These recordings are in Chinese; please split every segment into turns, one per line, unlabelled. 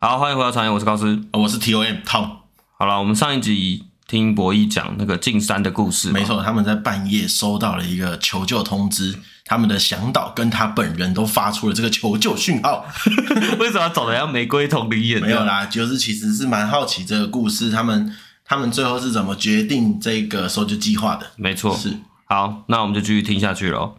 好，欢迎回到传言，我是高斯。
我是 T O M Tom，
好了，我们上一集听博弈讲那个进山的故事嘛，
没错，他们在半夜收到了一个求救通知，他们的向导跟他本人都发出了这个求救讯号。
为什么找的像玫瑰同林演？
没有，啦，就是其实是蛮好奇这个故事，他们他们最后是怎么决定这个搜救计划的？
没错。
是
好，那我们就继续听下去喽。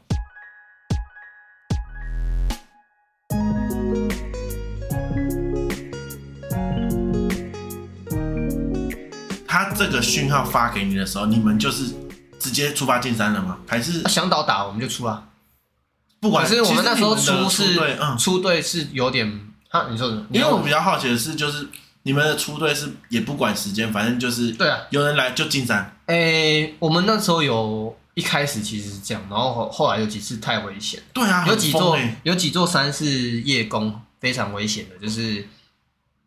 他这个讯号发给你的时候，你们就是直接出发进山了吗？还是
啊想倒打我们就出啊。
不管？
可是我
其实
们那时候
你们的
出是
队，嗯，
出队是有点啊，你说什么？
因为我比
们
较好奇的是，就是你们的出队是也不管时间，反正就是
对啊，
有人来就进山。
诶、我们那时候有一开始其实是这样，然后后后来有几次太危险，
对啊，
有
很
几
疯
座
欸
有几座山是夜攻非常危险的，就是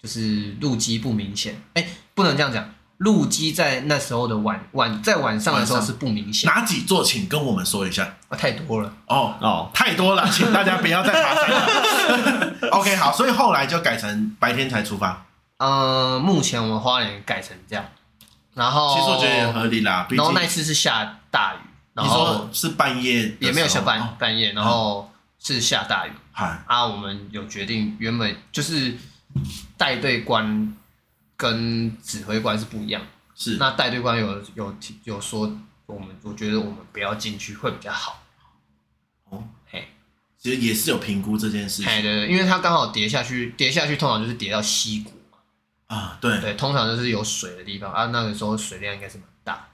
就是路基不明显。哎、不能这样讲，路基在那时候的晚晚在晚上的时候
晚上
是不明显，
哪几座，请跟我们说一下。
啊、太多了。
哦
哦，
太多了，请大家不要再爬山 了。OK，好，所以后来就改成白天才出发。
呃，目前我们花莲改成这样，然后
其实我觉得也合理啦，毕
哦然
竟
后那一次是下大雨，然
你说
后
是半夜的时候，
也没有下半、
哦
半夜，然后是下大雨
嗨，
啊。我们有决定，原本就是带队官跟指挥官是不一样的。
是
那带队官有有提有说，我们我觉得我们不要进去会比较好。
哦
嘿，
其实也是有评估这件事
哎
情
对对，因为它刚好跌下去，跌下去通常就是跌到溪谷嘛，
啊，对
对，通常就是有水的地方啊。那个时候水量应该是蛮大，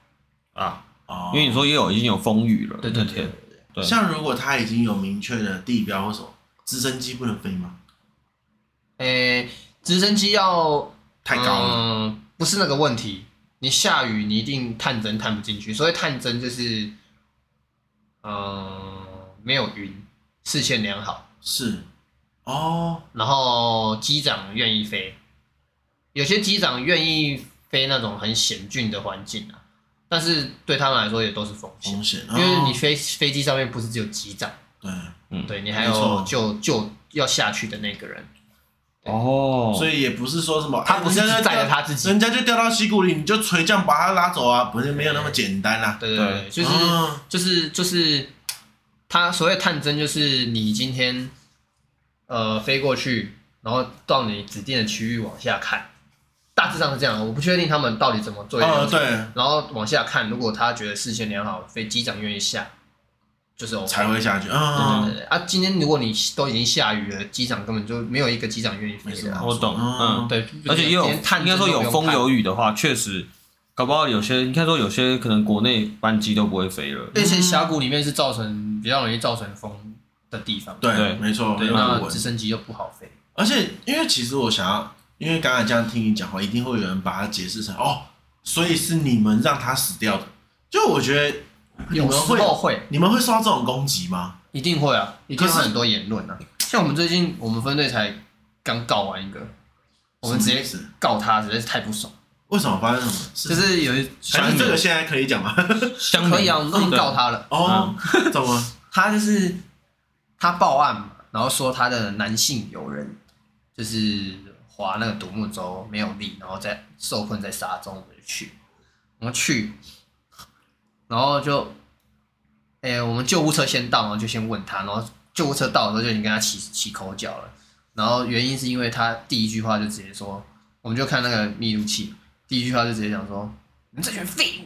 啊，
哦
因为你说也有已经有风雨了，
对对
那天
对，
对
像如果他已经有明确的地标或什么，直升机不能飞吗？
哎，直升机要
太高了，
嗯，不是那个问题。你下雨，你一定探针探不进去。所谓探针就是，嗯，没有云，视线良好，
是哦，
然后机长愿意飞。有些机长愿意飞那种很险峻的环境啊，但是对他们来说也都是风险，
风险，
因为你
哦
飞飞机上面不是只有机长，
对，
对你还
没错
有救救要下去的那个人，
哦，
所以也不是说什么，
他不是
哎
只
人家就
载着他自己。
人家就掉到溪谷里，你就垂降把他拉走啊，不是没有那么简单啊啦、
对对对，就是。
哦
嗯
就是就是，他所谓探针就是你今天呃飞过去，然后到你指定的区域往下看，大致上是这样。我不确定他们到底怎么做。
哦，对，
然后往下看，如果他觉得视线良好，飞机长愿意下，就是 OK。
才会下去。
对
嗯，
对对对啊！今天如果你都已经下雨了，机长根本就没有一个机长愿意飞
没事
的啊。
我懂，嗯
嗯，
对，
而且也有
连探
应该
针
说
都
有
不用
风
看
有雨的话，确实，搞不好有些应该说有些可能国内班机都不会飞了。
而且峡谷里面是造成比较容易造成风的地方，
对，
对
没错，
对
有
那
很稳
直升机又不好飞。
而且，因为其实我想要，因为刚才这样听你讲话，一定会有人把它解释成哦，所以是你们让他死掉的。就我觉得你
有
们
时
会，
候会，
你们会受到这种攻击吗？
一定会啊，一定
可
会
是
很多言论啊。像我们最近，我们分队才刚告完一个，我们直接
什么意思
告他，实在是太不爽。
为什么发生什么事？
就是有一
还
乡
是
民
这个现在可以讲 吗？
相
可以啊，我们都已经告他了。
哦，
嗯
怎么？
他就是他报案嘛，然后说他的男性友人就是划那个独木舟没有力，然后在受困在沙中，我们就去，我们去，然后就，哎、我们救护车先到，然后就先问他，然后救护车到的时候就已经跟他起起口角了，然后原因是因为他第一句话就直接说，我们就看那个密录器，第一句话就直接讲说，你们这群废物，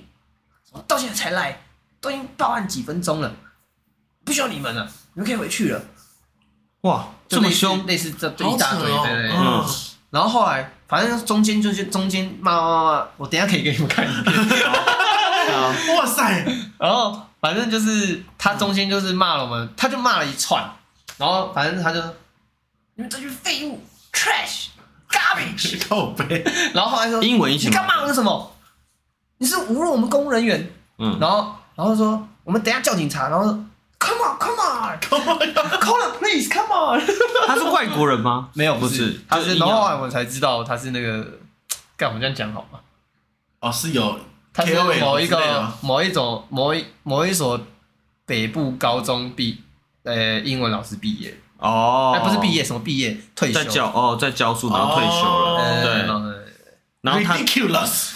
我到现在才来，都已经报案几分钟了。不需要你们了，你们可以回去了。
哇，这么凶，
类似类似这这
好
一
扯
大堆，
哦
对对对。
嗯，
然后后来，反正中间就是中间骂骂骂骂，我等一下可以给你们看 影片。
哇塞，
然后反正就是他中间就是骂了我们，他就骂了一串，然后反正他就你们这群废物，trash garbage。
靠背，
然后后来说
英文一起
你
吗
干嘛？我说什么？你是侮辱我们公务人员。
嗯，
然后然后说我们等一下叫警察，然后说 come on come on call the police come on。
他是外国人吗？
没有，
不
不
是
是，他
就是啊
是，
一
然后
样
后来我才知道他是那个，干，我们这样讲好吗？
哦，是有
他是
KOL
某一
之类的
个
吗
某一种某一某一所北部高中毕，呃，英文老师毕业，
哦，
哎，不是毕业，什么毕业退休呃
在，教哦，在教书，然后退休了，
哦
对，
对。
然后他
ridiculous，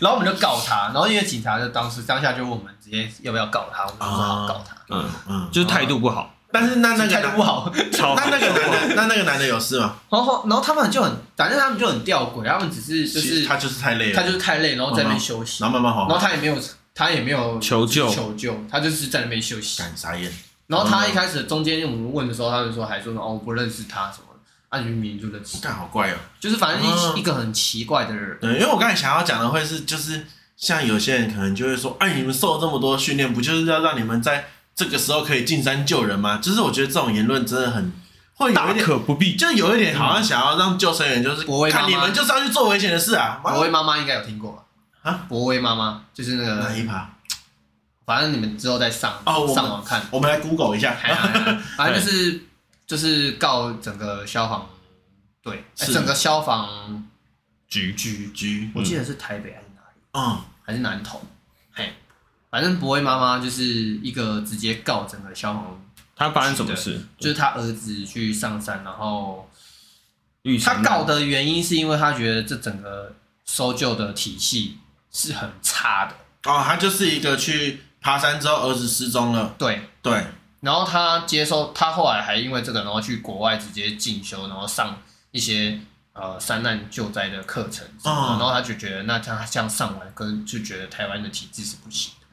然后我们就告他，然后因为警察就当时当下就问我们直接要不要告他，我们就说好
啊
告他，
嗯，
嗯，
就是态度不好，
但是那那个
态度不好。
超
那那个男的，那那个男的有事吗？
然后然后他们就很，反正他们就很吊诡，他们只是就
其实
是
他就是太累了，
他就是太累，然后在那边休息，
然后慢慢
然后
好，
他也没有他也没有
求救
求救，他就是在那边休息。
干傻眼，
然后他一开始中间我们问的时候，他就说还说哦我不认识他什么的，啊你明明就认识，
干好怪哦。
就是反正一
嗯
一个很奇怪的人，
对，因为我刚才想要讲的会是，就是像有些人可能就会说，哎，你们受了这么多训练，不就是要让你们在这个时候可以进山救人吗？就是我觉得这种言论真的很会有一
大
点，
可不必，
就有一点好像想要让救生员就是
我会妈妈
看你们就是要去做危险的事啊。妈
博威妈妈应该有听过吧？
啊，
博威妈妈就是那
哪
个，
一趴？
反正你们之后再上
哦我们
上 网看，
我们来 Google 一下。
还好还好反正就是就是告整个消防队，哎
是
整个消防，
局
举局，
我记得是台北还是哪里，
嗯，
还是南投，嘿，反正博威妈妈就是一个直接告整个消防，
他发生什么事？
就是他儿子去上山，然后
遇
他
上
告的原因是因为他觉得这整个搜救的体系是很差的，
哦，他就是一个去爬山之后儿子失踪了，
对。
对，
然后他接受，他后来还因为这个，然后去国外直接进修，然后上一些呃山难救灾的课程什么的、
嗯
然后他就觉得，那他这样上完，跟就觉得台湾的体制是不行的，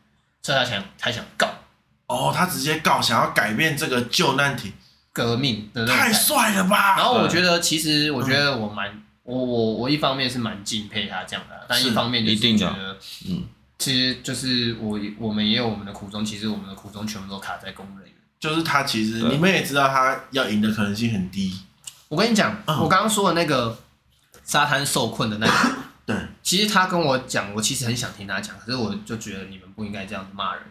所以他想他想告
哦，他直接告想要改变这个救难艇，
革命的那种
太
感觉。
帅了吧！
然后我觉得，其实我觉得我蛮、我我我一方面是蛮敬佩他这样的啊，但
是
一方面就
一定
是
的
觉得，
嗯，
其实就是我我们也有我们的苦衷，其实我们的苦衷全部都卡在公务人员。
就是他其实
对
你们也知道，他要赢的可能性很低。
我跟你讲，
嗯
我刚刚说的那个沙滩受困的那个，
对，
其实他跟我讲，我其实很想听他讲，可是我就觉得你们不应该这样子骂人。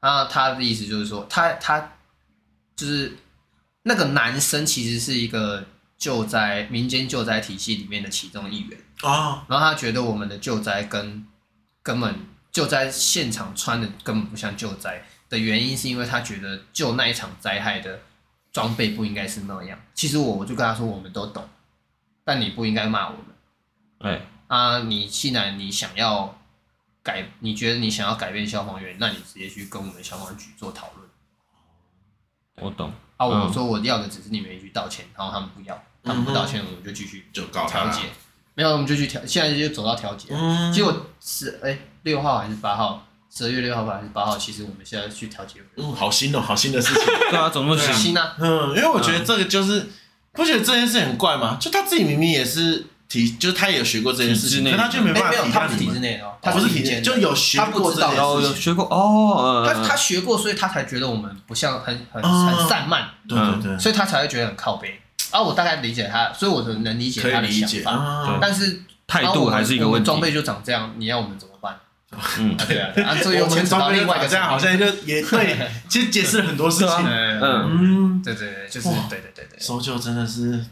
那他的意思就是说，他他就是那个男生其实是一个救灾民间救灾体系里面的其中一员，
哦，
然后他觉得我们的救灾跟根本救灾现场穿的根本不像救灾的原因，是因为他觉得救那一场灾害的装备不应该是那样。其实我我就跟他说，我们都懂，但你不应该骂我们
哎，
啊！你既然你想要改，你觉得你想要改变消防员，那你直接去跟我们消防局做讨论
我懂，
啊！我
嗯
说我要的只是你们一句道歉，然后他们不要，他们不道歉，我们就继续
就告他
调解。没有，我们就去调，现在就走到调解。
嗯，
结果是哎六号还是八号，十二月六号吧还是八号？其实我们现在去调解，
嗯，好新哦，好新的事情。
对啊，怎么那么
很
想？
新啊，
嗯，因为我觉得这个就是，不觉得这件事很怪吗？就他自己明明也是体，就是他也有学过这件事
体制
情，
内
可他就没
哎
办
没有，他
法
不是
体
体
谅
制
你们。
内的哦，
哦不是体
民
制，
间
就嗯
的。
有学
他不
过
知
这
道
件
然后
事
有
情。
学过哦，
他
呃
他学过，所以他才觉得我们不像很很
嗯
很散漫，
对对对，
所以他才会觉得很靠背。啊，我大概理解他，所以我能理解
可
他
以
的
理解
想法。
啊。
但是
态
啊我
度
们
还是一个
我
问题，
们装备就长这样，你要我们怎么办？
嗯
啊，对啊，对啊，这
我
又牵
们
扯到
装备
另外一个
这样好像就 也对，其实解释了很多事
对
情。
嗯，
嗯，
嗯，
对对对，就是
哇
对对对对，
搜救真的是
嗯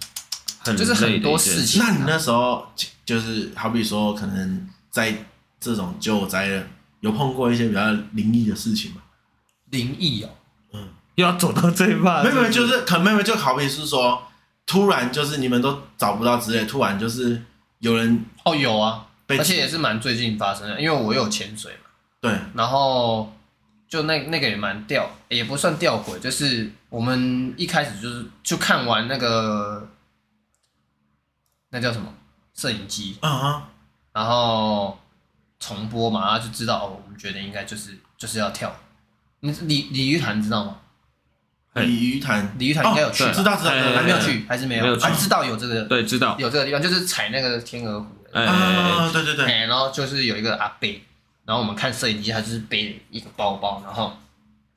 很
就是很
累的
多
一件
事情
那你那时候就是好比说，可能在这种救灾的，有碰过一些比较灵异的事情吗？
灵异哦，
又要走到这一半，
没有，没有，啊就是可能没有，就好比是说，突然就是你们都找不到之类，突然就是有人
哦有啊，
被
而且也是蛮最近发生的，因为我有潜水嘛，
对
然后就那那个也蛮吊，也不算吊诡，就是我们一开始就是就看完那个那叫什么摄影机，
啊哈
然后重播嘛，然后就知道哦，我们觉得应该就是就是要跳。你鲤鲤鱼潭知道吗？
嘿
鲤鱼潭
鲤鱼潭应该有去吧
哦知道知道
哎
知道
还没有
对
去，还是没
没有
有，
去
还知道有这个
对，知道，
有这个地方，就是踩那个天鹅湖的
哎，
啊对对对，
哎，然后就是有一个阿伯，然后我们看摄影机，他就是背着一个包包，然后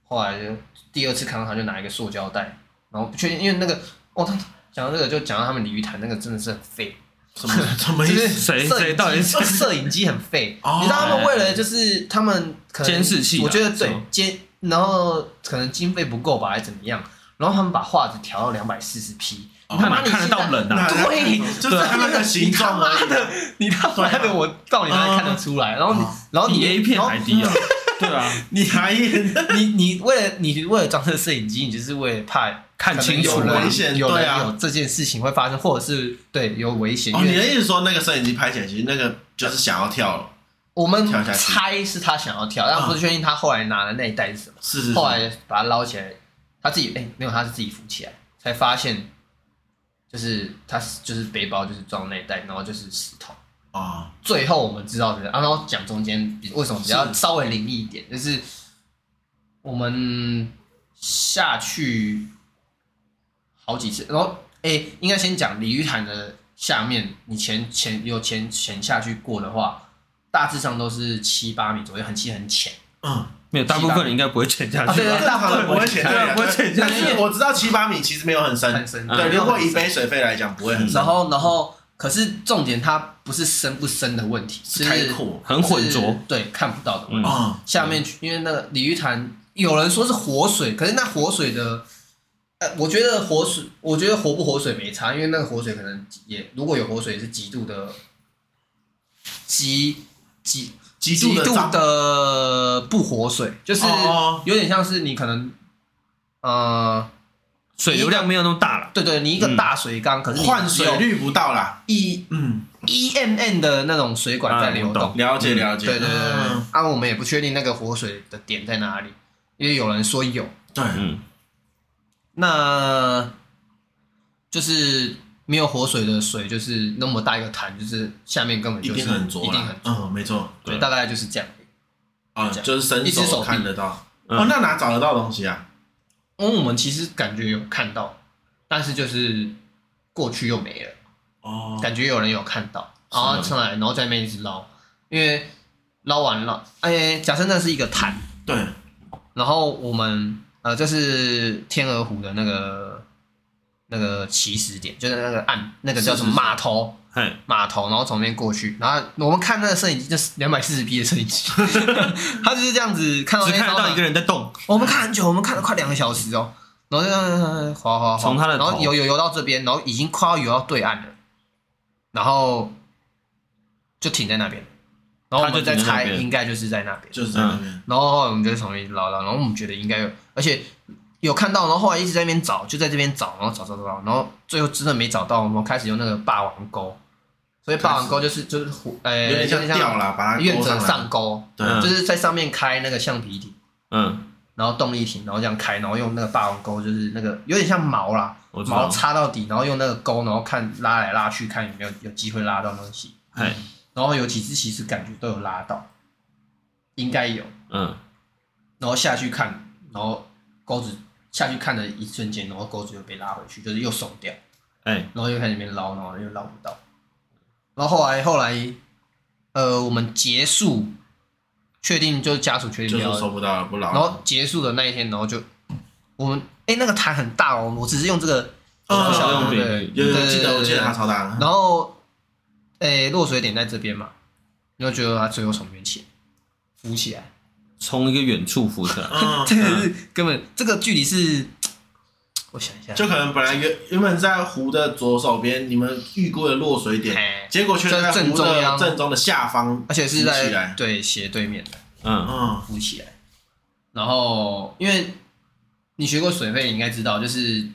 后来就第二次看到他就拿一个塑胶袋，然后不确定，因为那个哦，他讲到这个就讲到他们鲤鱼潭那个真的是很废，
什么什么
就
意
是
思？
哎谁
摄
谁
影
到底
机
是 哎
摄影机很废，
哦
你知道他们为了就是他们可能
监视器啊
我觉得
是
对
吗
监，然后可能经费不够吧，还是怎么样，然后他们把画质调到两百四十 P，
哦
他妈
哪
你
看得
现在
到人啊？
对
就是他那个形状而
你他妈的，你他妈
对
的，
啊
我到你那里看得出来，然后你
啊，
然后
比
你
哦 A 片
然后
还低啊！对啊，
你还演
你你为了你为了装这摄影机，你就是为了怕
看
可能
清楚
有人
危
险
有
对
人
啊
有这件事情会发生，或者是对有危险。
哦，
因为
你的意思说那个摄影机拍起来，其实那个就是想要跳了，
我们
跳下去
猜是他想要跳，但不确定他后来拿的那一袋是什么。
是是是。
后来把他捞起来，他自己哎、没有，他是自己扶起来，才发现就是他就是背包就是装那一袋，然后就是石头。
哦，
最后我们知道的，啊然后讲中间比为什么比较
是
稍微灵异一点，就是我们下去好几次，然后诶、应该先讲鲤鱼潭的下面，你潜潜有潜潜下去过的话，大致上都是七八米左右，很浅很浅。
嗯，
没有，大部分人应该不会潜下
啊
去
对
吧。
大部分
不会潜，
对啊不会潜下
但
去
是我知道七八米其实没有很
很
深，
深
对，
没有
如果
很
以杯水费来讲，不会很深
然，后，然后，可是重点它不是深不深的问题，
是
是
开阔
很浑
是
浊，
对，看不到的问题。
嗯
嗯，
下面去因为那个鲤鱼潭，有人说是活水，可是那活水的，呃，我觉得活水，我觉得活不活水没差，因为那个活水可能也如果有活水是极度的极极
极度的
极
脏，
的不活水，就是
哦
有点像是你可能，呃，
水流量没有那么大了。
对对，你一个
嗯
大水缸，可是你
换
只
水
有
率不到啦，
一
嗯，
一 m m 的那种水管在
啊
流
我
动
懂。
了解了解，
嗯对对对对
嗯，
啊，我们也不确定那个活水的点在哪里，因为有人说有，
对，
嗯，
那就是没有活水的水，就是那么大一个潭，就是下面根本
一
就是
定很浊
一定
啦
很，
嗯，没错，
对，
对
大概就是这样。
啊，
这样
就是伸
一只手
手
臂
看得到，
嗯
哦，那哪找得到东西啊？
因为我们其实感觉有看到，但是就是过去又没了，
哦，
感觉有人有看到，
是
然
吗
后上来，然后在那边一直捞，因为捞完了，哎、假设那是一个潭，
对，
然后我们呃，这是天鹅湖的那个那个起始点，就是那个岸，那个叫什么
是是是
码头
嘿，
码头，然后从那边过去，然后我们看那个摄影机，就是两百四十 P 的摄影机， 他就是这样子看到
只
那
看得
艘
到
嘛
一个人在动，
我们看很久，我们看了快两个小时哦，然后就呃滑滑滑，
从他的
然后
头
游游游到这边，然后已经快要游到对岸了，然后就停在那边，然后我
他就
们在
停在那
猜，
边
应该就是在那边。
就是在那边，
然后后来我们就从那里捞到，然后我们觉得应该有，而且有看到，然后后来一直在那边找，就在这边找，然后找找找找，然后最后真的没找到，我们开始用那个霸王钩，所以霸王钩就是就是虎，呃，
有点像钓啦，把它
愿
勾
者
上来，
上钩，
对，
嗯
就是在上面开那个橡皮艇，
嗯，
然后动力艇，然后这样开，然后用那个霸王钩，就是那个有点像毛啦，
我知
毛
道，
插到底，然后用那个钩，然后看拉来拉去，看有没有有机会拉到东西，
嘿，
然后有几只其实感觉都有拉到，应该有。
嗯，
然后下去看，然后钩子下去看的一瞬间，然后钩子又被拉回去，就是又松掉，
哎，
然后又开始那边捞，然后又捞不到。然后后来后来，呃，我们结束，确定就是家属确定
就
不
是
要，
收不到了，不
然
捞了
后。结束的那一天，然后就我们哎那个台很大哦，我只是用这个
嗯
小小的
用笔
对
有
对
有
对
记
对
得，我记
对
得它超大的。
然后，哎落水点在这边嘛，你就觉得他最后从那边起来浮起来。
从一个远处浮 起来，
嗯，
这个是根本这个距离是，我想一下，
就可能本来原原本在湖的左手边，你们预估的落水点，
哎
结果却
就
在
正
湖
中
的
央
正中的下方，
而且是
浮起
在
来
对斜对面的
嗯，
嗯，
浮起来。然后因为你学过水费，你应该知道，就是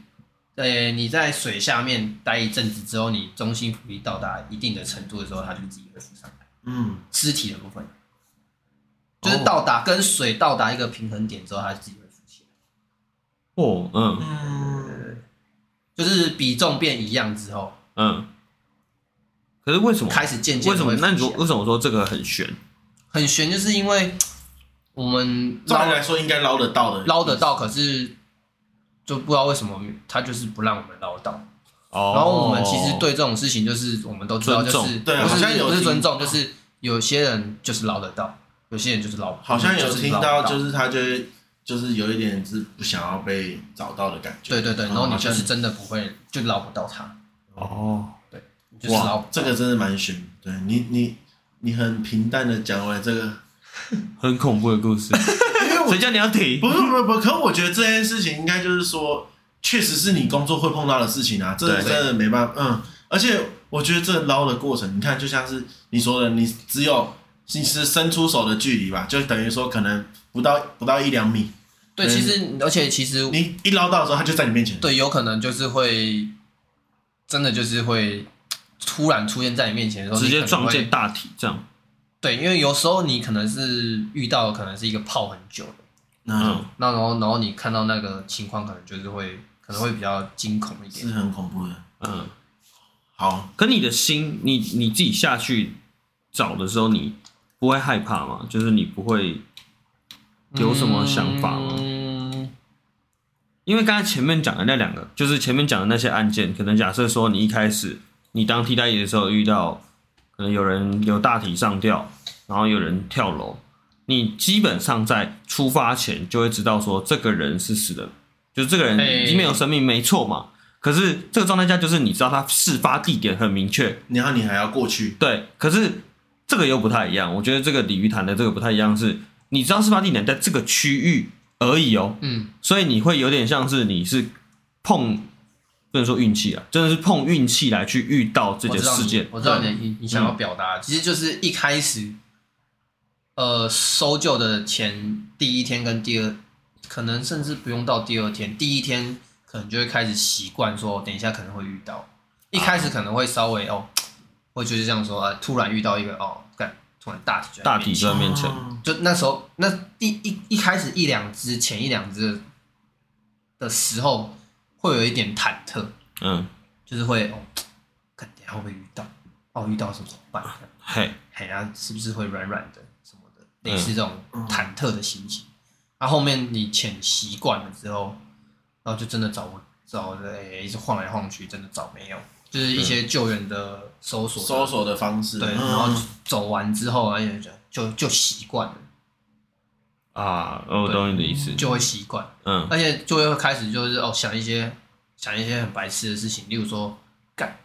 呃你在水下面待一阵子之后，你中心浮力到达一定的程度的时候，它就自己会浮上来。
嗯，
肢体的部分就是到达跟水到达一个平衡点之后，它自己会浮起来。
哦，嗯
嗯，
就是比重变一样之后，
嗯，可是为什么？
开始渐渐
为
地
什么
会？浮
那你
起
说呃
来
为什么说这个很悬？
很悬，就是因为我们
照
捞
理来说应该捞得到的，
捞得到，可是就不知道为什么他就是不让我们捞到。
哦
然后我们其实对这种事情，就是我们都知道，就
尊重
是
对
不
好
是
像有
不是
听
尊重，就是有些人就是捞得到，有些人就是捞不，
好像有
嗯就是
听
捞不
到，
到，
就是他就是就是有一点是不想要被找到的感觉。
对对对，
嗯
然后你
好像
就是真的不会就捞不到他，
哦，
你就是
哇
捞不
这个真的蛮悬，对你你你很平淡的讲完这个，
很恐怖的故 事，
因为我
谁叫你要提？
不是不是不是，可我觉得这件事情应该就是说，确实是你工作会碰到的事情啊，这
对
真的没办法，嗯，而且我觉得这捞的过程，你看就像是你说的，你只有其实伸出手的距离吧，就等于说可能不到不到一两米，
对，
嗯
其实而且其实
你一捞到的时候，他就在你面前。
对，有可能就是会真的就是会突然出现在你面前的时候，
直
你
接
可能
撞
会
见大体这样。
对，因为有时候你可能是遇到可能是一个泡很久的，
嗯，
那然后然后你看到那个情况，可能就是会可能会比较惊恐一
是
点。
很恐怖的。
嗯，
好，
可你的心，你你自己下去找的时候，你不会害怕吗？就是你不会有什么想法吗？
嗯，
因为刚才前面讲的那两个，就是前面讲的那些案件，可能假设说你一开始你当替代役的时候遇到，可能有人有大体上吊，然后有人跳楼，你基本上在出发前就会知道说这个人是死的，就是这个人已经没有生命，没错嘛。可是这个状态下就是你知道他事发地点很明确，
然后你还要过去，
对，可是这个又不太一样。我觉得这个鲤鱼潭的这个不太一样是，你知道事发地点在这个区域而已哦，
嗯，
所以你会有点像是你是碰，不能说运气啊，真的是碰运气来去遇到这
我
件
知道
事
你
件。嗯
我知道
对
你你你想要表达，其实就是一开始，呃，搜救的前第一天跟第二，可能甚至不用到第二天，第一天可能就会开始习惯说，等一下可能会遇到，一开始可能会稍微哦，会就是这样说，啊，突然遇到一个哦，干，突然大体就在
嗯大
面
体
前
在面前，
哦
就那时候，那第一一开始一两只前一两只的的时候，会有一点忐忑，
嗯，
就是会哦，看等一下会不会遇到，哦遇到什么怎么办？
嘿，
哎呀、啊，是不是会软软的什么的，
嗯
类似这种忐忑的心情。然、后后面你潜习惯了之后，然后就真的找不找的、哎一直晃来晃去，真的找没有，就是一些救援的搜索的
搜索的方式，
对，
嗯
然后走完之后，而且就就就习惯了，
啊，哦我懂你的意思，
就会习惯。
嗯，
而且就会开始就是哦想一些想一些很白痴的事情，例如说干，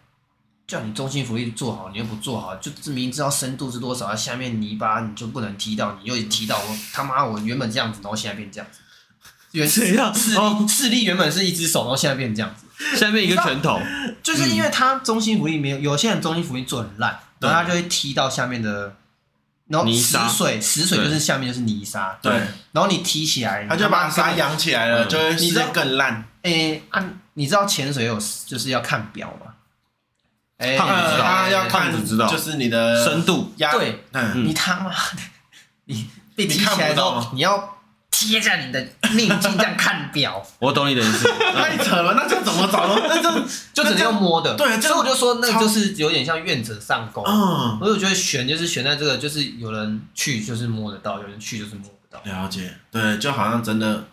叫你中心浮力做好，你又不做好，就明明知道深度是多少，下面泥巴你就不能踢到，你又踢到我他妈我原本这样子，然后现在变这样子，原
怎样
视力
哦
视力原本是一只手，然后现在变这样子，
下面一个拳头，嗯
就是因为他中心浮力没有，有些人中心浮力做得很烂，然后他就会踢到下面的。然后
泥
死
沙
水，死水就是下面就是泥沙，
对，
然后你踢起来，
他就把沙扬起来了，
嗯
就会
你
世
知道
界更烂。
诶、啊，你知道潜水有就是要看表吗？哎诶、
胖子
呃
知道
他要
胖
看，
子知道
就是你的
深度
压，
对，
嗯，
你他妈的，你被踢
你看
起来
不
之
到
后
吗，
你要贴在你的命镜这样 看表，
我懂你的意 思。
太扯了，那这怎么找呢？ 那这
就只能用摸的。
对这样
所以我就说那个就是有点像愿者上钩。
嗯，
所以我觉得悬就是悬在这个，就是有人去就是摸得到，有人去就是摸不到。
了解，对，就好像真的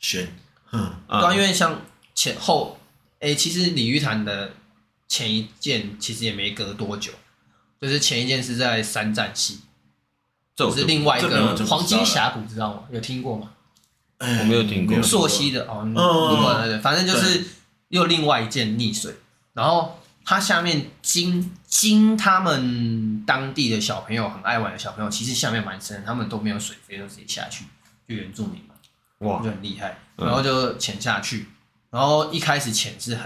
悬，嗯，
对啊，
嗯
因为像前后，诶、其实鲤鱼潭的前一件其实也没隔多久，就是前一件是在三站溪，
这我
就是
就
另外一
这个我
个
就不知道了
黄金峡谷，知道吗？有听过吗？
哎
我没有听过有听
朔溪的哦，你
嗯
不管了，对反正就是又另外一件溺水，然后它下面经经他们当地的小朋友很爱玩的小朋友，其实下面蛮深的，他们都没有水飞，都直接下去，就原住民嘛，
哇
就，很厉害，
嗯
然后就潜下去，然后一开始潜是很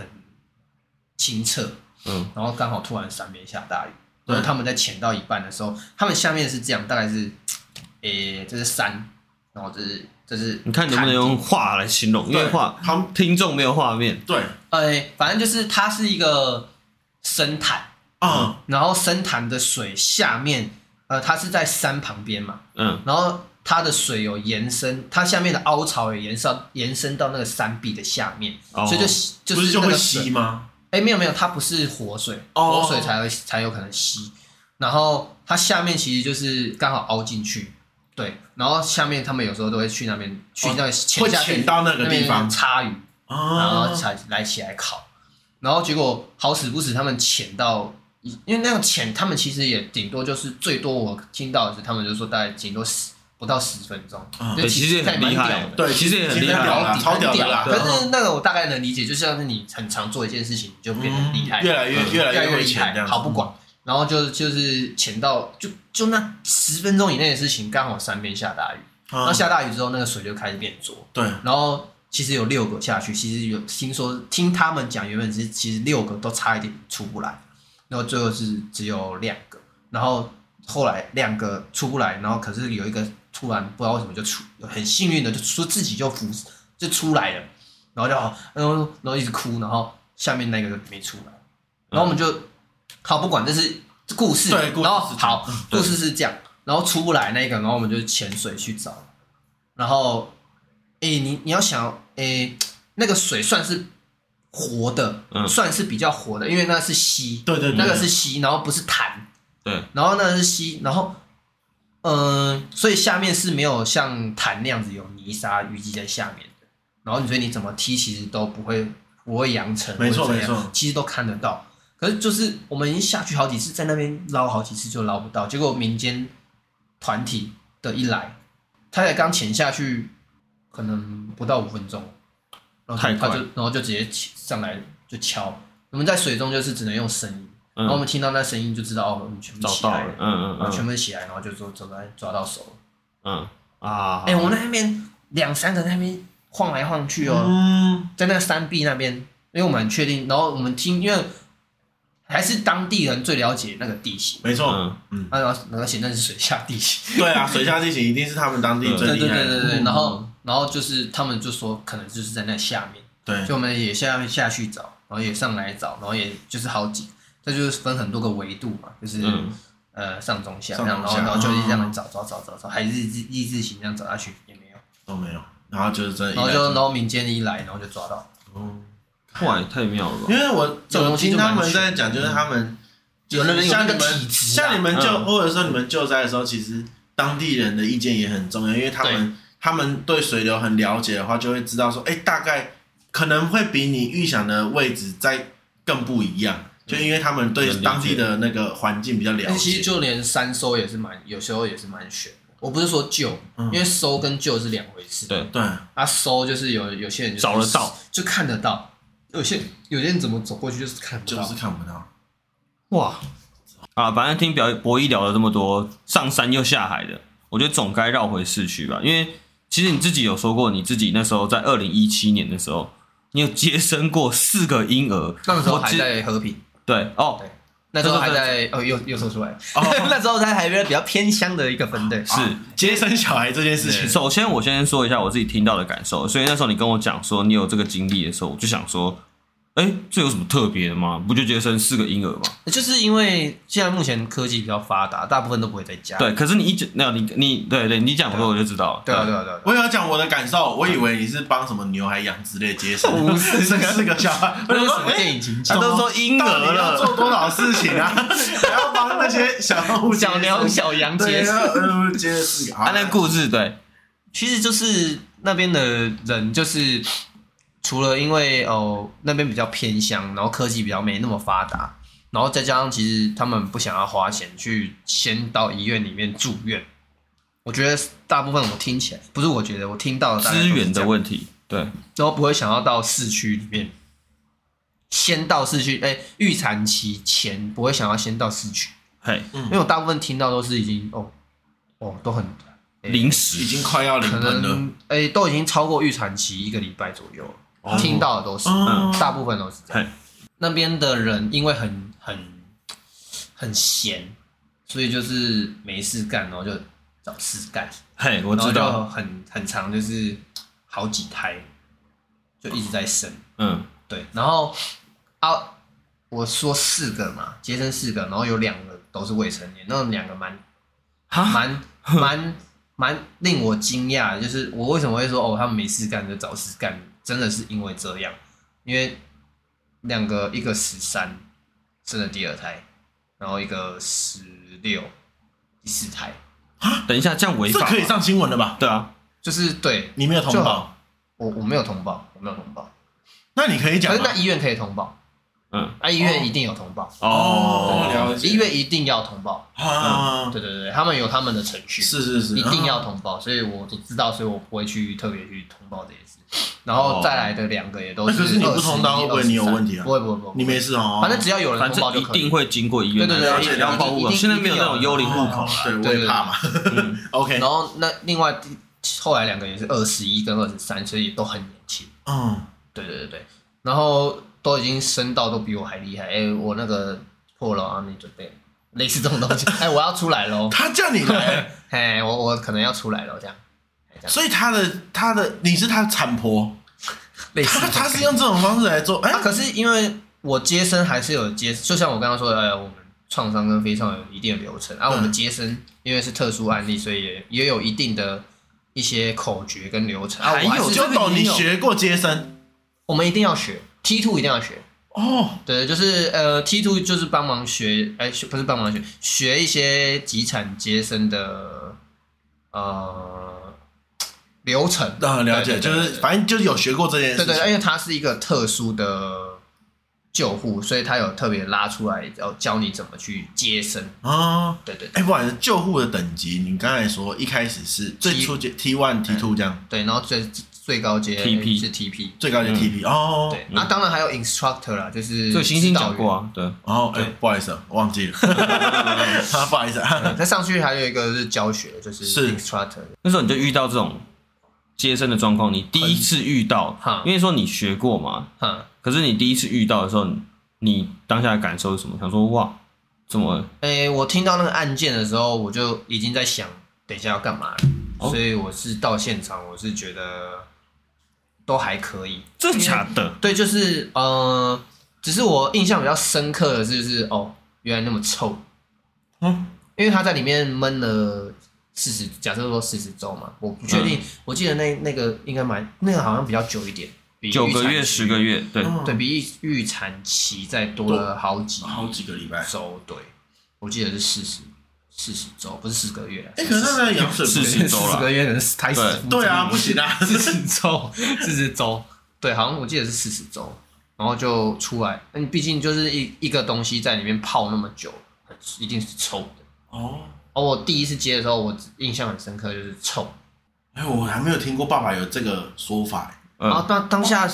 清澈，
嗯，
然后刚好突然山边下大雨，
对
然后他们在潜到一半的时候，他们下面是这样，大概是，诶、这是山，然后这是这是，
你看能不能用画来形容？因为
对
画
旁
听众没有画面，
对
呃，反正就是它是一个深潭，
嗯
啊，
然后深潭的水下面，呃，它是在山旁边嘛，
嗯，
然后它的水有延伸，它下面的凹槽有延伸延伸到那个山壁的下面，
哦
所以就
不
就是
就
那
会
个水
吸吗？
哎、没有没有，它不是活水，
哦
活水才会才有可能吸。然后它下面其实就是刚好凹进去，对。然后下面他们有时候都会去那边去那个潜
会
下去、
潜到那个
那
地
边
方
插鱼，然
啊
后，才来起来烤。然后结果好死不死，他们潜到，因为那个潜他们其实也顶多就是最多我听到的是他们就说大概顶多十不到十分钟，
嗯
就
对，其实也
还
很
蛮
厉
屌
害
的，
对
其实也很厉
其实很
害
屌
啊，
啦
底
超
很
屌的啦
可
对
是那个我大概能理解，就像是你很常做一件事情，你就变得很厉害，
越来越
嗯
越
越来
来
越
会
厉
潜这
害，
样子，
好不管。然后就就是潜到就就那十分钟以内的事情，刚好山边下大雨，
啊
那，下大雨之后，那个水就开始变浊。
对，
然后其实有六个下去，其实有听说听他们讲，原本是其实六个都差一点出不来，然后最后是只有两个，然后后来两个出不来，然后可是有一个突然不知道为什么就出，很幸运的就说自己就浮就出来了，然后就好，然后然后一直哭，然后下面那个就没出来，然后我们就好不管这是故事，
嗯对故事嗯
然后
是这样
好故事是这样，然后出不来那个，然后我们就潜水去找，然后哎、你你要想哎、那个水算是活的，
嗯
算是比较活的，因为那是溪，
对对对，
那个是溪，然后不是潭。
对，
然后那是溪，然后，呃，所以下面是没有像潭那样子有泥沙淤积在下面的，然后所以你怎么踢其实都不会不会扬尘，
没错
或者怎样
没错
其实都看得到。可是就是我们已经下去好几次，在那边捞好几次就捞不到，结果民间团体的一来，他才刚潜下去，可能不到五分钟，然后
太
他
快
就然后就直接起上来就敲。我们在水中就是只能用声音，
嗯
然后我们听到那声音就知道哦，我们全部
找
起
到
来
了，嗯
然后全
嗯
部起来，然后就说走来抓到手了。
嗯嗯啊，
哎、我们那边两三个在那边晃来晃去哦，
嗯，
在那个山壁那边，因为我们很确定，然后我们听，因为还是当地人最了解那个地形，
没错，
嗯
啊，然后而且那是水下地形，
对啊，水下地形一定是他们当地最
嗯
对
厉
对
害
对对
的，
对，然后然后就是他们就说可能就是在那下面。
对
就我们也下下去找，然后也上来找，然后也就是好几，这就是分很多个维度嘛，就是、
嗯
呃上中下
上
这样，然
中
后
下
然后就一直这样
嗯
找找找找找，还是日日字形这样找下去也没有，
都没有，然后就是真的依
然
赖
后
这
就
个，
然后民间一来，然后就抓到，
嗯
哇，也太妙了吧！
因为我
这种
有
东西
听
就蛮
他们在讲，就是他们
有的人有
像
那
你
个
们
体质、啊，
像你们救
嗯
或者说你们救灾的时候，其实当地人的意见也很重要，因为他们他们对水流很了解的话，就会知道说，哎，大概可能会比你预想的位置再更不一样，就因为他们对
能理解
当地的那个环境比较了
但嗯其实
解。
就连三收也是蛮，有时候也是蛮悬的。我不是说救，
嗯
因为收跟救是两回事。
对
对，
啊，收就是有有些人就是
找得到，
就看得到；有些有些人怎么走过去就是看不
就
到。
是看不到。
哇啊，反正听表博弈聊了这么多，上山又下海的，我觉得总该绕回市区吧。因为其实你自己有说过，你自己那时候在二零一七年的时候，你有接生过四个婴儿，
那个时候
我
还
记
在和平，
对哦，
对那时候还在哦，又又说出来了， 那时候在海边比较偏乡的一个分队，
是、
接生小孩这件事情，
首先，我先说一下我自己听到的感受。所以那时候你跟我讲说你有这个经历的时候，我就想说，哎、这有什么特别的吗？不就接生四个婴儿吗？
就是因为现在目前科技比较发达，大部分都不会在家。
对，可是你一讲，那你你对对，你讲过我就知道了。
对啊对啊对啊，
我有讲我的感受，我以为你是帮什么牛还羊之类接生，
不 是
这个是个小孩，
那是
我
什
想
么
说
电影情节
他？都说婴儿
到底要
了，
做多少事情啊？还要帮那些小动物接
小梁
生
小杨
对
结
哎
要呃接了四个，
他、
啊
那故事对，
其实就是那边的人，就是除了因为哦那边比较偏乡，然后科技比较没那么发达，然后再加上其实他们不想要花钱去先到医院里面住院。我觉得大部分我听起来不是，我觉得我听到的大概都
资
是
源
这
的
样
问题，对，
然后不会想要到市区里面，先到市区，哎、预产期前不会想要先到市区，
嘿，
因为我大部分听到都是已经哦哦都很哎
零
已
食
经快要临
可
盆了，
能哎、都已经超过预产期一个礼拜左右了，
哦
听到的都是、
嗯
大部分都是这样
哦嘿。
那边的人因为很很很闲，所以就是没事干，然后就找事干。
嘿，我知
然后
道，
就很很长，就是好几胎，就一直在生。
嗯，
对，然后啊，我说四个嘛，接生四个，然后有两个都是未成年，那两个蛮
哈，
蛮蛮蛮令我惊讶的，就是我为什么会说哦，他们没事干就找事干，真的是因为这样，因为两个一个十三生了第二胎，然后一个十六第四胎，
等一下，这样违
这
法
可以
吗？
上新闻了吧？
对啊，
就是对
你没有通
就
报，
我我没有通报，我没有通报，
那你可以
可
讲
是
吗
那医院可以通报，
嗯，
啊医院一定有通报，
哦，
哦，
了解
医院一定要通报，
啊，
对对对，他们有他们的程序，
是是啊是，
一定要通报，所以我都知道，所以我不会去特别去通报这件事。然后再来的两个也都
哦那可是
是
你不
21
通报会不会你有问题啊
不会不会不会，
你没事哦，
反正只要有人
反
通报
正
就
一
可以。
定会经过医院，
对对
对
而且
一定
要报户口，
一定
现在没有那种幽灵户口
哦
了，
对，我
对
也
对
怕嘛。OK，
然后那另外第后来两个也是二十一跟二十三，所以也都很年轻。
嗯，
对对对对，然后都已经升到都比我还厉害。哎，我那个破了啊，你准备？类似这种 东西。哎，我要出来喽！
他叫你来，
哎，我我可能要出来喽，这样
所以他的他的你是他的产婆，
类似
他
这种
他是用这种方式来做，哎、
啊，可是因为我接生还是有接，就像我刚刚说的，呃我们创伤跟非创有一定的流程，啊，
嗯
我们接生因为是特殊案例，所以也也有一定的一些口诀跟流程啊，
还
我
有
是
这
哎就
个
懂
也
你
有
学过接生
哦我们一定要学 T two 一定要学，
哦，
对，就是呃 T two 就是帮忙学，哎、学不是帮忙学，学一些集产接生的呃流程，
啊，了
对
解，
对
就
对
是反正就是有学过这件事
对
情，
对，因为它是一个特殊的救护，所以它有特别拉出来，要教你怎么去接生。
啊。
对对对
哎、不管救护的等级，你刚才说一开始是最初阶 T one、T
哎
two 这样，
对，然后最最高阶
TP
是 TP。
最高阶 TP、哦。
嗯对，那、当然还有 instructor 啦，就是
所以星星讲过
啊。
啊，对，
哦，哎、
对
不好意思啊，忘记 了， 啊，不好意思啊，
那上去还有一个是教学，就是
是
instructor。
那时候你就遇到这种接生的状况，你第一次遇到
哈，
因为说你学过嘛，
哈，
可是你第一次遇到的时候，你你当下的感受是什么？想说哇，怎么
诶、我听到那个案件的时候，我就已经在想等一下要干嘛了，
哦
所以我是到现场，我是觉得都还可以。
这假的？
对，就是呃，只是我印象比较深刻的是，就是哦，原来那么臭，
嗯，
因为他在里面闷了四十，假设说四十周嘛，我不确
嗯
定，我记得那那个应该蛮，那个好像比较久一点，比
九
预
个
产
月、
期
十个月，对，
嗯
对比预预产期再多
多
了好几
好几个礼拜。
周，对，我记得是四十四十周，不是四个月啊，
哎、可是那个羊水不
是
行
40周啦
四个月可能是胎死
对
腹中
对啊，不行 啊，
四十周，四十周，对，好像我记得是四十周，然后就出来。那你毕竟就是一一个东西在里面泡那么久，一定是臭的。
哦，
而我第一次接的时候，我印象很深刻，就是臭。
哎、我还没有听过爸爸有这个说法、哎
然后
嗯，
当当下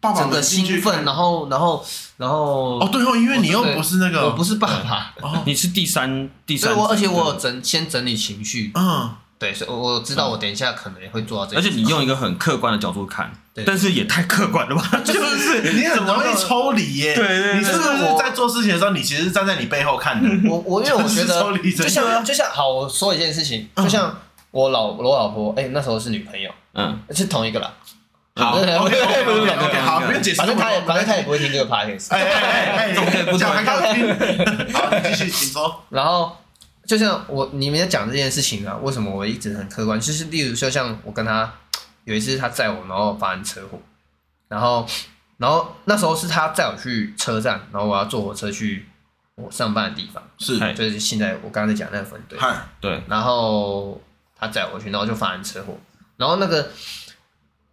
爸爸
整
们
个
进去
兴奋，然后然后然后
哦，对哦，因为你又不是那个，
我不是爸爸，
哦，
你是第三第
所以
三，
我而且我有整先整理情绪，
嗯，
对，所以我我知道我等一下可能会做到这
而
件事，
且你用一个很客观的角度看
对，
但是也太客观了吧？
就是 你很容易抽离耶，
对对对
你是不是在做事情的时候，你其实是站在你背后看 的？
我我因为我觉
就是抽
得
离，
就
真的
像就像好，我说一件事情，就像我老我老婆，哎、那时候是女朋友，
嗯，
是同一个啦。
好
对对对
啊哦，OK，OK，OK，
对对对
OK，好，不用解释
反
那
正
么
她也
多。
反正她也不会听这个 podcast。
哎哎哎，
怎么可以不
讲
懂
还 刚听？好，你继续，请说。
然后就像我你们在讲这件事情啊，为什么我一直很客观？就是例如说像我跟她有一次她载我，然后发生车祸，然后然后那时候是她载我去车站，然后我要坐火车去我上班的地方，
是
嗨
就是现在我刚刚在讲那个分队。
嗨，
对，
然后他载我去，然后就发生车祸。然后那个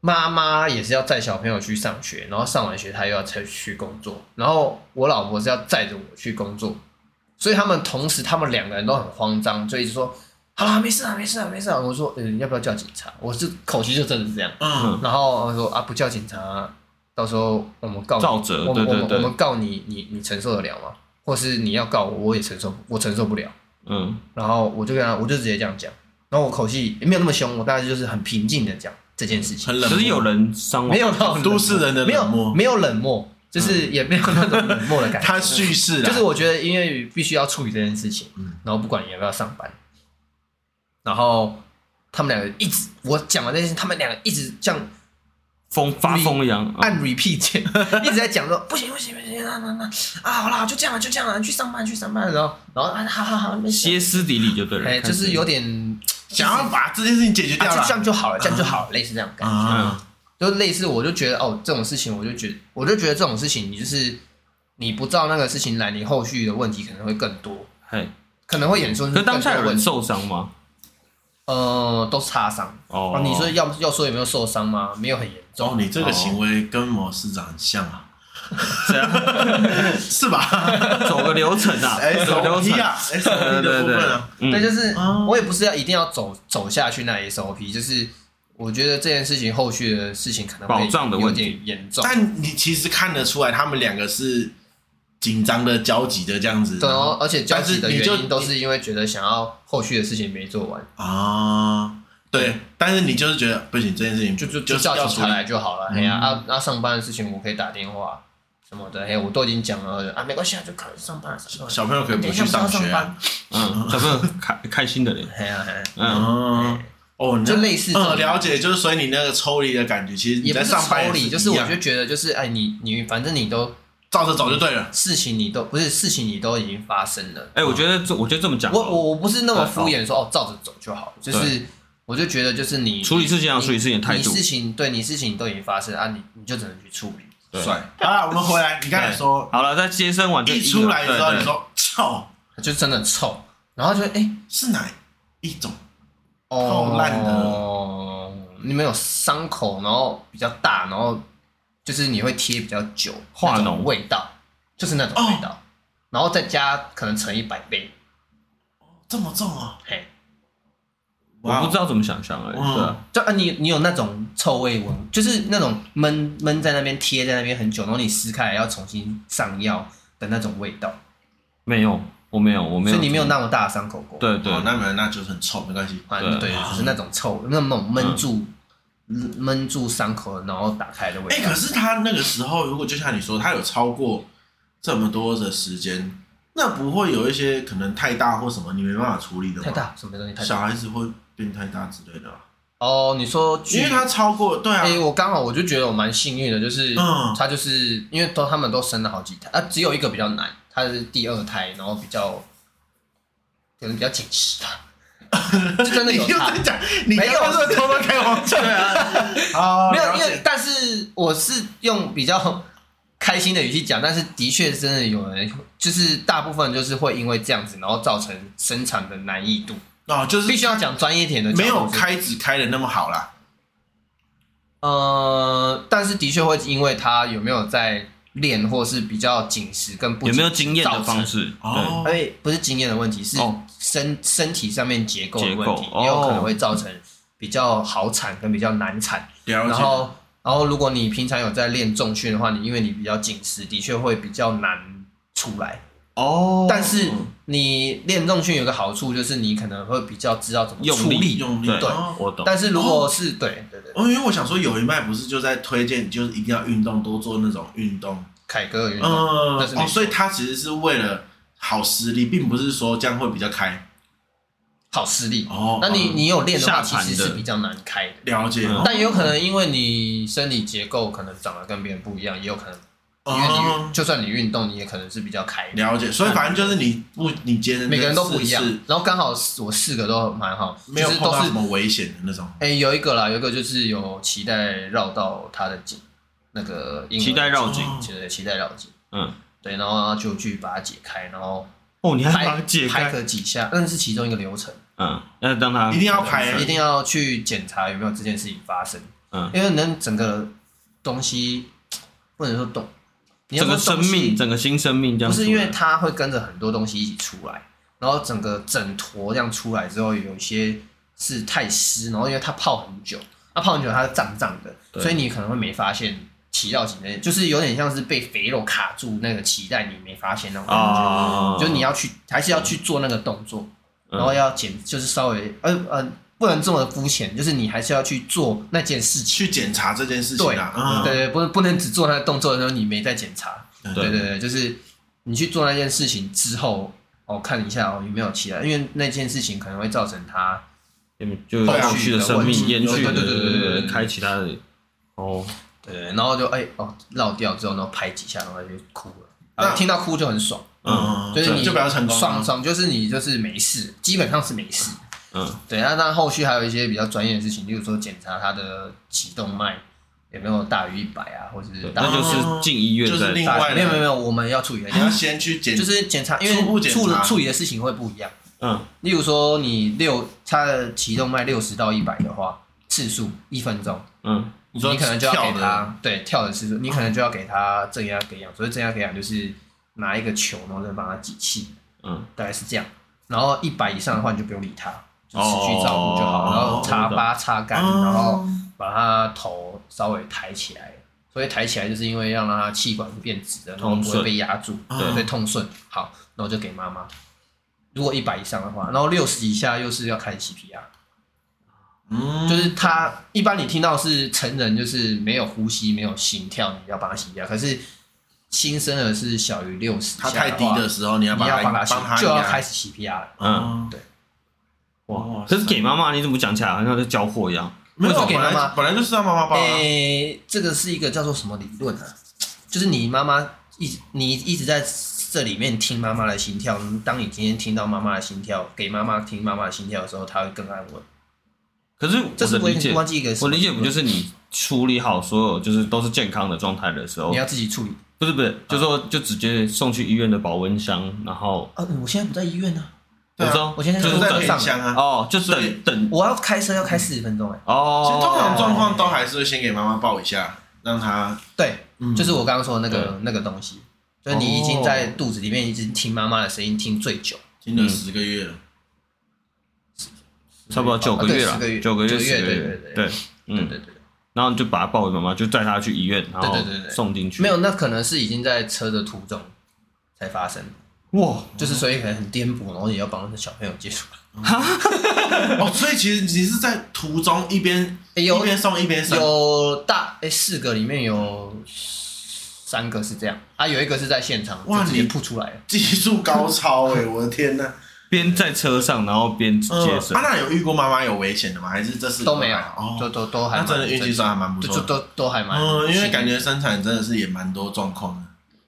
妈妈也是要载小朋友去上学，然后上完学她又要再去工作，然后我老婆是要载着我去工作，所以他们同时他们两个人都很慌张，就一直说：“好啦，没事啊，没事啊，没事啊。”我说：“嗯，要不要叫警察？”我是口气就真的是这样。
嗯，
然后我说：“啊，不叫警察、到时候我们告你
照责
我们
对对
我
对
们我们告你，你你承受得了吗？或是你要告我，我也承受，我承受不了。”
嗯，
然后我就跟他，我就直接这样讲，然后我口气也没有那么凶，我大概就是很平静的讲这件事情，
很冷
可
漠，
是有人伤亡
没，有到很冷漠
都市人的
没
冷
有
漠，
没有冷漠， 就是也没有那种冷漠的感觉。
他叙事啦
就是我觉得，因为必须要处理这件事情，
嗯
然后不管你要不要上班，然后他们两个一直我讲完这件事，他们两个一直这样
疯发疯一
啊
样，嗯
按 repeat 键，一直在讲说不行不行不行，那那那啊好啦，就这样了就这样了，去上班去上班，然后然后啊好好好，没事
歇斯底里就对了，
哎，就是有点
想要把这件事情解决掉
啊，就
了
这样就好了，这样就好了，类似这样的感觉，
啊，
就类似我就觉得哦，这种事情我就觉得，我就觉得这种事情你就是你不照那个事情来，你后续的问题可能会更多，
哎，
可能会衍生出
可是
更
当
多
下有
的问
人
题。
受伤吗？
呃，都是擦伤
哦
啊，你说要要说有没有受伤吗？没有很严
哦，
重，
你这个行为跟某市长很像啊，
哦这样
是吧？
走个流程啊，
哎
S
走
O
流
P
程，
啊，S
对
O P 的
对
部
对
分啊，，
对，
嗯，
就是
哦
我也不是要一定要走走下去那 SOP，就是我觉得这件事情后续的事情可能会
保障的
有
问题
点严重，
但你其实看得出来，他们两个是紧张的、焦急的这样子。
对
然后
哦，而且交
但是
集的
你
原
就
因都是因为觉得想要后续的事情没做完。
啊，对，但是你就是觉得不行，这件事情
就就
就
就是叫
要
警
处
察
理
来就好了。哎呀，啊啊，上班的事情我可以打电话，什么的，哎，我都已经讲了啊，没关系啊，就开始上班了，上班了
小朋友可以不
等一
去
下不
上
要
学啊、
上班，
嗯，小朋友开开心的嘞，
哎呀，哎呀
嗯，
哦哦，你
就类似这种
嗯，了解，就是所以你那个抽离的感觉，其实你
也不
在
是
上班
抽
也
离，就是
一
我
样
就觉得就是哎，你你反正你都
照着走就对了。
事情你都不是事情你都已经发生了，
哎，我觉得这我觉得这么讲好
我
了，
我我不是那么敷衍说哦照着走就好，就是我就觉得就是你
处理事情要
你
处理事情的态
你
度
事情对你事情都已经发生啊，你你就只能去处理。
对
帅。好啦，我们回来，你刚才
对
说
好了，在接生完这
一
个
出来
对
之后，
对
你说操
就真的臭，然后就哎、
是哪一种？
哦
臭烂
你们有伤口，然后比较大，然后就是你会贴比较久，
化脓
那种味道，就是那种味道，然后再加可能乘一百倍，
这么重啊？
嘿，
我不知道怎么想象哎，
嗯
对啊，
就啊你你有那种臭味闻，就是那种闷闷在那边贴在那边很久，然后你撕开来要重新上药的那种味道，
没有，我没有，我没
所
有，
以你没有那哦么大的伤口过，
对
对
对，，
哦那没有那就是很臭，没关系。
啊
对
对，就是那种臭，那种闷住。闷住伤口，然后打开的味
哎，
道
可。是他那个时候，如果就像你说，他有超过这么多的时间，那不会有一些可能太大或什么你没办法处理的吗？
太，大，什么东西太大？
小孩子会变太大之类的吧，
哦，你说巨
因为他超过对啊
哎、，我刚好我就觉得我蛮幸运的，就是、
嗯
他就是因为都他们都生了好几胎，啊，只有一个比较难，他是第二胎，然后比较可能比较紧 实吧，就真的
你
有
又
差
在。讲，你
没有
刚刚是不是偷偷开黄腔啊
没有，因为但是我是用比较 开心的语气讲，但是的确真的有人，就是大部分就是会因为这样子，然后造成生产的难易度，
哦，就是
必须要讲专业一点的角度，
没有
就是
开指开的那么好啦。
呃，但是的确会因为他有没有在练，或是比较紧实跟不
有
紧实
没有经验的
造成
方？式？
哦
对，
哎，不是经验的问题，是
哦
身身体上面结构的
结构
问题，
哦
也有可能会造成比较好产跟比较难产。
了
然
解。
后，然后如果你平常有在练重训的话，你因为你比较紧实，的确会比较难出来。
哦
但是你练重训有个好处，就是你可能会比较知道怎么
用
处
力
理。
用力
对
哦，
我懂，
但是如果是对对对，
哦，因为我想说，有一脉不是就在推荐，就是一定要运动，多做那种运动。
凯哥的运
嗯，
动，
呃
哦
那是没，错
所以他其实是为了好实力，并不是说这样会比较开。
好视力。
哦，
那你
哦
你有练的
下
话，其
盘的
实是比较难嗯开的，
了解，
嗯
哦
但也有可能因为你生理结构可能长得跟别人不一样，也有可能因为你运
哦
就算你运动，你也可能是比较开的，
了解，所以反正就是你不，你接的
每个人都不一样
是。
然后刚好我四个都蛮好，
没
就
有
是
碰
都
到
是
什么危险的那种。
哎、有一个啦，有一个就是有脐带绕到他的颈，那个婴儿
脐带绕颈，
哦
就是脐带绕颈，
嗯，
对，然后就去把它解开，然 后
哦，你还把
拍
它解
拍
开，
个几下，那是其中一个流程。
嗯，要让
啊
它
一定要拍
一定要去检查有没有这件事情发生。
嗯
因为能整个东西不能说动，你要
整个
说
生
东西
命，整个新生命这样
不
出来，
是因为它会跟着很多东西一起出来，然后整个整坨这样出来之后，有一些是太湿，然后因为它泡很久，那泡很久它是胀胀的，
对
所以你可能会没发现脐绕颈的，就是有点像是被肥肉卡住那个脐带，你没发现那种感觉。
啊，
就你要去，还是要去做那个动作，
嗯
然后要减，就是稍微，呃呃，不能这么肤浅，就是你还是要去做那件事情。
去检查这件事情啊，嗯
对对，不能不能只做那个动作的时候你没在检查。
对
对对对，就是你去做那件事情之后，哦，看一下哦有没有其他，因为那件事情可能会造成他
就是
后
后
续
续
的
的生
问
命
题
延续
对
的，
对对对对对
开其他的哦，
对，然后就哎哦绕掉之后，然后拍几下，然后就哭了。
那
啊，听到哭就很爽，
嗯，
就是你
就比较成功啊。
爽爽就是你就是没事，基本上是没事。
嗯，
对，那那后续还有一些比较专业的事情，例如说检查他的脐动脉有没有大于一百啊，或者是
对
大
那
于
就是进医院
就是
再
另
大
打
外
没有没有没有，我们要处理的
你要先去检，
就是检查，因为
初步检
处
查
处理的事情会不一样。
嗯
例如说你六他的脐动脉六十到一百的话，次数一分钟，
嗯
你说
你可能就要
跳的，
给他对跳的次数，你可能就要给他正压给氧，所以正压给氧就是拿一个球，然后再帮他挤气。
嗯，
大概是这样。然后一百以上的话，你就不用理它，就持续照顾就好。
哦
然后擦
懂
疤擦干，
哦
然后把它头稍微抬起来。所以抬起来就是因为要让它气管是变直的，然后
通
不会
顺
被压住，
对
所以通顺。好，然后就给妈妈。如果一百以上的话，然后六十以下又是要开始 CPR，
嗯，
就是他一般你听到是成人就是没有呼吸、没有心跳，你要帮他 CPR。可是新生儿是小于六十，
它太低的，时候，你要
你
把
要
它
帮
帮
醒
它，
就要
压
开始 CPR 了。
嗯，
哦
对
哇
哦
哇，
可是给妈妈你怎么讲起来好像在交货一样？
没
不
有
是给
本
妈哎妈
来本来就是要妈妈抱啊，
诶、这个是一个叫做什么理论啊？就是你妈妈一直你一直在这里面听妈妈的心跳，当你今天听到妈妈的心跳，给妈妈听妈妈的心跳的时候，她会更安稳。
可是
这
我
是
的
我
理解，
忘记一个什
我
么
理
理
解
论，
不就是你处理好所有就是都是健康的状态的时候
你，要自己处理
不是不是，就说就直接送去医院的保温箱，然后
啊！我现在不在医院呢、
我
对啊
知道，
我现在
就
就是是在
路
等
偏
上
乡啊。
哦，就
所以
等等
我要开车要开四十分钟哎、
其实
哦，
通常状况都还是会先给妈妈抱一下，让她
对，
嗯
就是我刚刚说的那个那个东西，就是你已经在肚子里面已经听妈妈的声音听最久，
听了十个月了，
差不多九个月
啊对
了，
十
九个
个月
月
九个
十
月
个
对
月
对，对
对，
对
嗯，
对对。
然后你就把她抱回妈妈，就带她去医院，然后
对对对对
送进去，
没有，那可能是已经在车的途中才发生，
哇，
就是所以可能很颠簸，然后也要帮小朋友接触。
哦，所以其实你是在途中一边
嗯哎
一
有
边送一边生，
有大哎四个里面有三个是这样，啊有一个是在现场，
哇
就直接
你
扑出来了。
技术高超 哎，我的天呐！
边在车上，然后边
嗯，
接生
啊，，那有遇过妈妈有危险的吗？还是这是
都没有，就
哦，
都都还
那
蛮
真的运气算还蛮不
就
错
就
的。
都都还蛮
嗯，因为感觉生产真的是也蛮多状况的，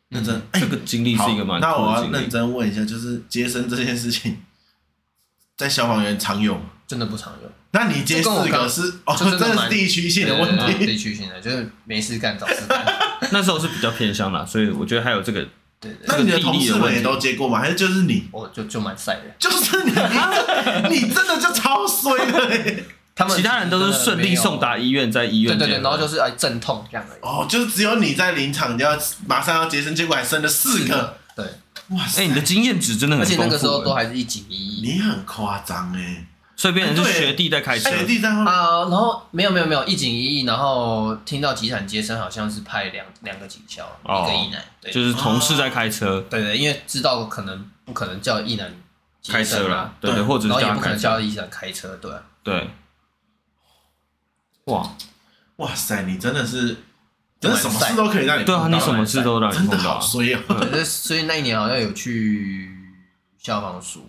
认真。哎
这个经历嗯是一个蛮
好那
酷
我
的
要
经历
认。真问一下，就是接生这件事情，在消防员常有吗？
真的不常用，
那你接四
就跟我
个
刚
是哦，
就真
真
的
的是
蛮
地区性的
对对
呃
问
对
题。
地区性的就是没事干找事干。
那时候是比较偏乡啦，所以我觉得还有这个
对对，对
那你的同事们也都接过吗？还是就是你？
我就就蛮晒的，
就是你，你真的就超衰的欸。
他们
其他人都是顺利送达医院，在医
对
院
对
见
对，
面
然后就是哎阵痛这样而已。
哦，就只有你在临场就要马上要接生，结果还生了四个，
对，
哇塞！
哎、你的经验值真的很
而
丰
且
富、欸
那个时候都还是一级一
你很夸张哎，
所以变成是
哎对
学弟在开车，
哎，第三方
啊，然后没有没有没有一警一役，然后听到急产接生好像是派两两个警校，
哦
一个一男，对
就是同事在开车，
对对，因为知道可能不可能叫一男接
开
生
车
啊
啦，，对对，
对
或者
然
是
后也
叫
不
他
可
开
能
车，
叫一男开车，对啊，
对，哇，
哇塞，你真的是，真
蛮
的
晒
什么事都可以让你
对啊，
碰到
你什么事都让你
真
碰
的
到啊，
好衰哦，
对所以所以那一年好像有去消防署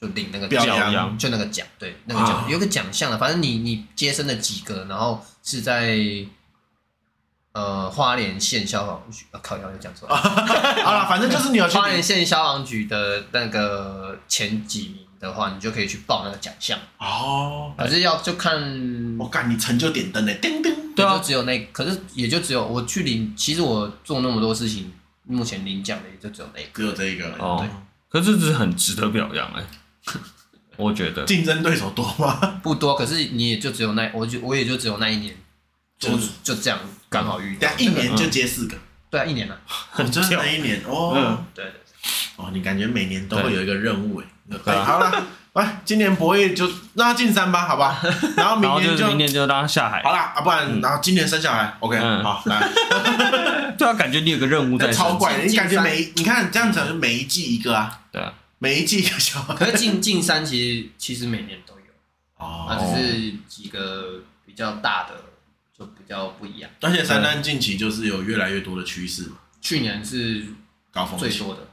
就领那个
表
奖
表
扬
扬
就那个奖，对，那个奖、
啊
有个奖项的，反正你你接生了几个，然后是在呃花莲县消防局，啊、靠，要讲错 了。
好了，反正就是 你有去
花莲县消防局的那个前几名的话，你就可以去报那个奖项，
哦，
可是要就看，
我干，你成就点灯嘞，叮叮，
对啊
也就只有那，可是也就只有我去领，其实我做那么多事情，目前领奖的也就只有那个，
只有这一个
哦
对
可是这是很值得表扬哎、我觉得，
竞争对手多 吗？
不多，可是你也就只有那，我就我也就只有那一年，就
就是嗯
就这样刚好遇到
等下，一年就接 四个，
对啊，一年了，
我真的那一年哦
嗯
对对
哦，你感觉每年都会有一个任务哎
对啊
哎，好了，来，今年博弈就让他进三吧，好 吧，然后
然后就
明年
是
就
明天就让他下海
好，啦，啊，不然然后今年生小孩，OK，
嗯
好 来。
对啊，感觉你有个任务在
那
身，
超怪的，
进
你感觉
进
每你看这样讲，就每一季一个啊，
对啊，
每一季一个小
对，
孩。
可是进 进山其实其实每年都有，它
哦，
哦
啊只是几个比较大的就比较不一样，
而且三单近期就是有越来越多的趋势嘛，
去年是
高峰
最
期。
多的。
哦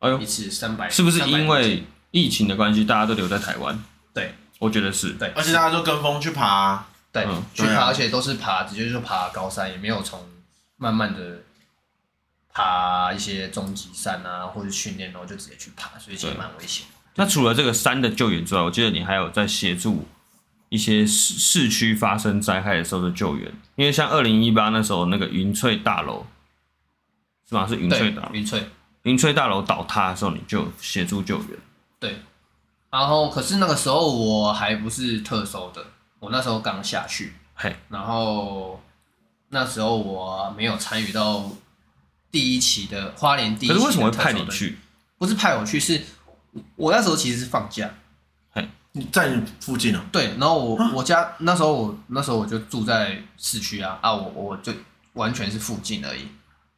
哎呦
一，次三百，
是不是
300
因为疫情的关系，大家都留在台湾？
对
我觉得是，
对
而且大家都跟风去爬啊，
对、
嗯
去
对啊
爬，而且都是爬，直接就爬高山，也没有从慢慢的爬一些终极山啊，或者训练，然后就直接去爬，所以其实
对
蛮危险。
那除了这个山的救援之外，我记得你还有在协助一些市市区发生灾害的时候的救援，因为像二零一八那时候那个云翠大楼，是吗？是云翠
对
大楼，，
云翠，
云翠大楼倒塌的时候，你就协助救援。
对。然后可是那个时候我还不是特搜的，我那时候刚下去，
嘿，
然后那时候我没有参与到第一期的花莲第一
可
期。
是为什么会派你？去？
不是派我去，是我那时候其实是放假，
你在你附近啊，
对，然后我我家那时候我那时候我就住在市区啊啊，我我就完全是附近而已。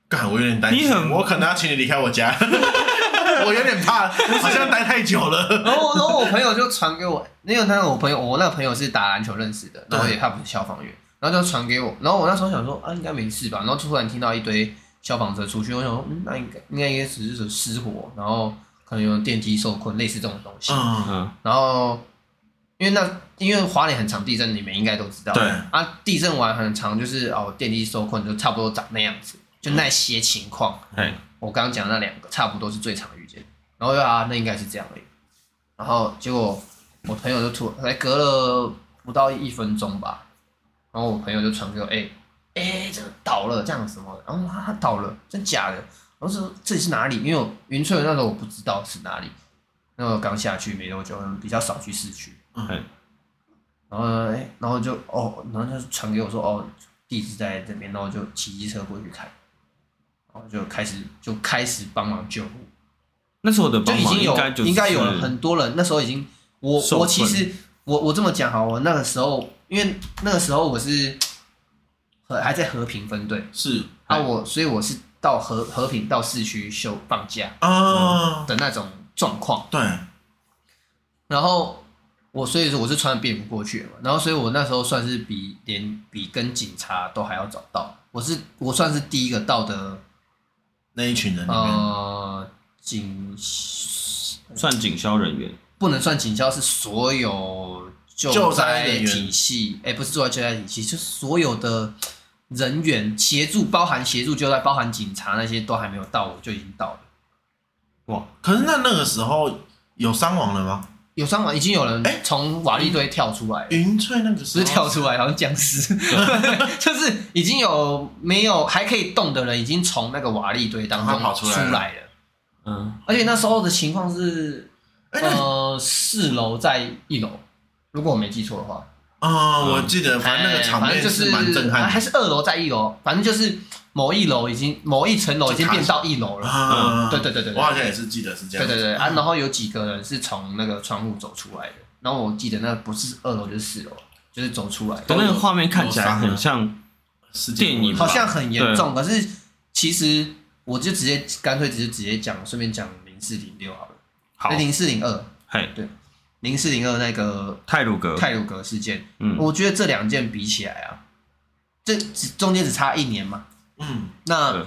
干，我有点担心，
你很
我可能要请你离开我家，我有点怕，好像待太久了。
然后然后我朋友就传给我，因为那个我朋友我那个朋友是打篮球认识的，然后也他不是消防员，然后就传给我，然后我那时候想说啊应该没事吧，然后突然听到一堆消防车出去，我想说，嗯，那应该应该应该只是失火，然后可能有电梯受困，类似这种东西。
嗯，
嗯，
然后因为那因为华联很长地震，你们应该都知道。
对
啊，地震完很长，就是哦电梯受困，就差不多长那样子，就那些情况。
哎，
我刚刚讲那两个差不多是最常遇见的。然后就啊，那应该是这样而已。然后结果我朋友就突才隔了不到一分钟吧，然后我朋友就传给我，哎、哎、这个倒了，这样什么的？然后他倒了，真假的？我说这里是哪里？因为我云翠那时候我不知道是哪里，那时候刚下去没多久，比较少去市区。
哎，
然后呢，哎，然后就哦，然后他就传给我说，哦，地址在这边，然后我就骑机车过去看，然后就开始就开始帮忙救护，
那时候的
就
帮
已
忙
经有
该就
应
应
该有很多人，那时候已经我
受
我
困
其实我我这么讲哈，我那个时候因为那个时候我是和还在和平分队
是
哎
啊，我所以我是到和和平到市区休放假
啊，
的那种状况。
对，
然后我所以说我是穿便服过去的嘛，然后所以我那时候算是比连比跟警察都还要早到，我是我算是第一个到的
那一群人里面，
呃警
算警消人员，
不能算警校是所有
救
救
灾
灾
人员
体系，哎、不是救灾救灾体系，就是所有的人员协助，包含协助救灾，包含警察那些都还没有到，我就已经到了。
哇，
可是那那个时候有伤亡了吗？
有伤亡，已经有人
哎
从瓦砾堆跳出来了。
云翠那个时
不是
候
跳出来，好像僵尸， 就是已经有没有还可以动的人，已经从那个瓦砾堆当中
赶快跑出来了
来了。
嗯，
而且那时候的情况是，
哎那
呃，四楼在一楼，如果我没记错的话，
啊，我记得，反正那个场
哎反
面
正就是
蛮震
啊
撼
还
的
是二楼在一楼，反正就是某一楼已经某一层楼已经变到一楼了。
啊。
对对对对
我
对
好像也是记得是这
对
样。
对对啊！然后有几个人是从那个窗户走出来的，然后我记得那不是二楼就是四楼，就是走出来的。
但那个画面看起
有
来
伤啊
很像，
世界
电影
末
吧
日
好像很严重，可是其实我就直接干脆直接直接讲，顺便讲零四零六好了，哎
好，
零四零二
嘿，
零四零二那个
泰鲁格，
泰鲁格事件，
嗯，
我觉得这两件比起来啊，这只中间只差一年嘛，
嗯，
对
那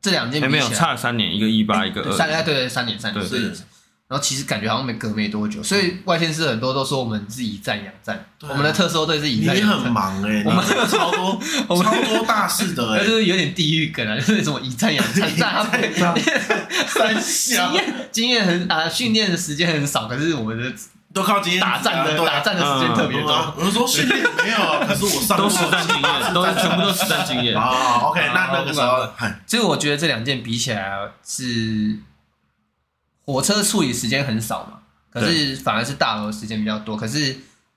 这两件
哎，
比
没有
起来
差了三年，一个一八，一个
对三
二，
年，对对三年三年，
对
所以
是
然后其实感觉好像没隔没多久，所以外县市很多都说我们是以战养战，
对啊
我们的特搜队是以
你
战养
很
战。
忙哎，
我
我
们
们真的超多
我们
超多大事的
那
哎
就，是有点地域梗啊，就是什么以战养战， 战他
三
们经验经验很啊，训练的时间很少，可是我们的
都靠经验值啊
打战的
对啊
打战的时间特别
对啊
多。
我是说训练没有啊，可是我上
都
过
实战经验，都是全部都实战经验，
啊，OK，那那个时候
啊，
嗨
所以我觉得这两件比起来啊是火车处理时间很少嘛，可是反而是大楼时间比较多，可是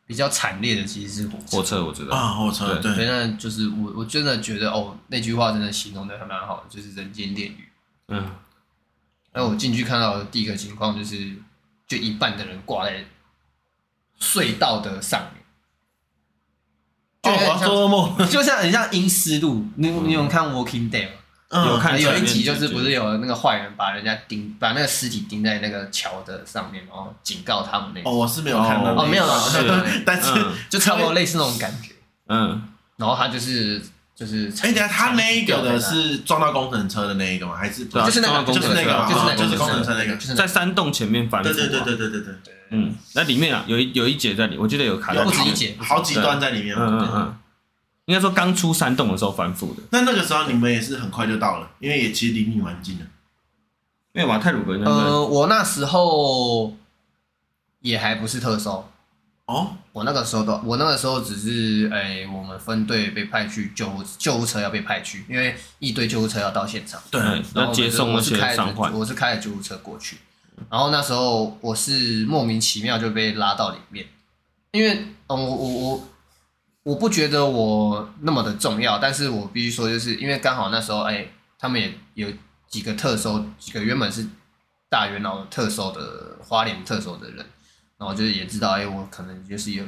比较惨烈的其实是火车。
火车我知道，
啊，火车
对
所
对，
以那就是我我真的觉得哦，那句话真的形容的还蛮好的，就是人间炼狱。
嗯，
那我进去看到的第一个情况就是，就一半的人挂在隧道的上 面。
哦，
就
我
有
要
点像
做噩梦，
就像很像阴尸路，你你有看《Walking Dead》吗？
有
嗯，
看
有
前
一
面
集就
对
是不是有那个坏人把人家钉，把那个尸体钉在那个桥的上面，然后警告他们那
哦，
种，
我是没有看到那一集，
哦
没有啊啦没有啦
但是
嗯
就差不多类似那种感觉。
嗯，
然后他就是就是，
哎，等一下他那一个的
长期
是撞到工程车的那一个吗？还是
对啊
吊在那里，
就
就是是
那
那
个
个，
就是那个
就是那
就
个，
是
哦工程车那个
就是那
在
个，
山洞前面反复，啊
对对对，对对对对，
嗯，那里面啊，有一有一节在里，我记得有卡在
有
里
不止
面
一节
好几段在里面
嗯。嗯嗯，应该说刚出山洞的时候反复的，
那那个时候你们也是很快就到了，因为也其实离你蛮近的。
没有吧？泰鲁格那个
呃，我那时候也还不是特搜，
哦，
我那个时候都，我那个时候只是，哎、我们分队被派去救护救护车要被派去，因为一队救护车要到现场，
对
嗯
然
要
后
接送那
我是
些
开着
伤患，
我是开着救护车过去，然后那时候我是莫名其妙就被拉到里面，因为嗯，我我我我不觉得我那么的重要，但是我必须说，就是因为刚好那时候，哎、他们也有几个特搜，几个原本是大元老特搜的花莲特搜的人，然后就是也知道，哎、我可能就是有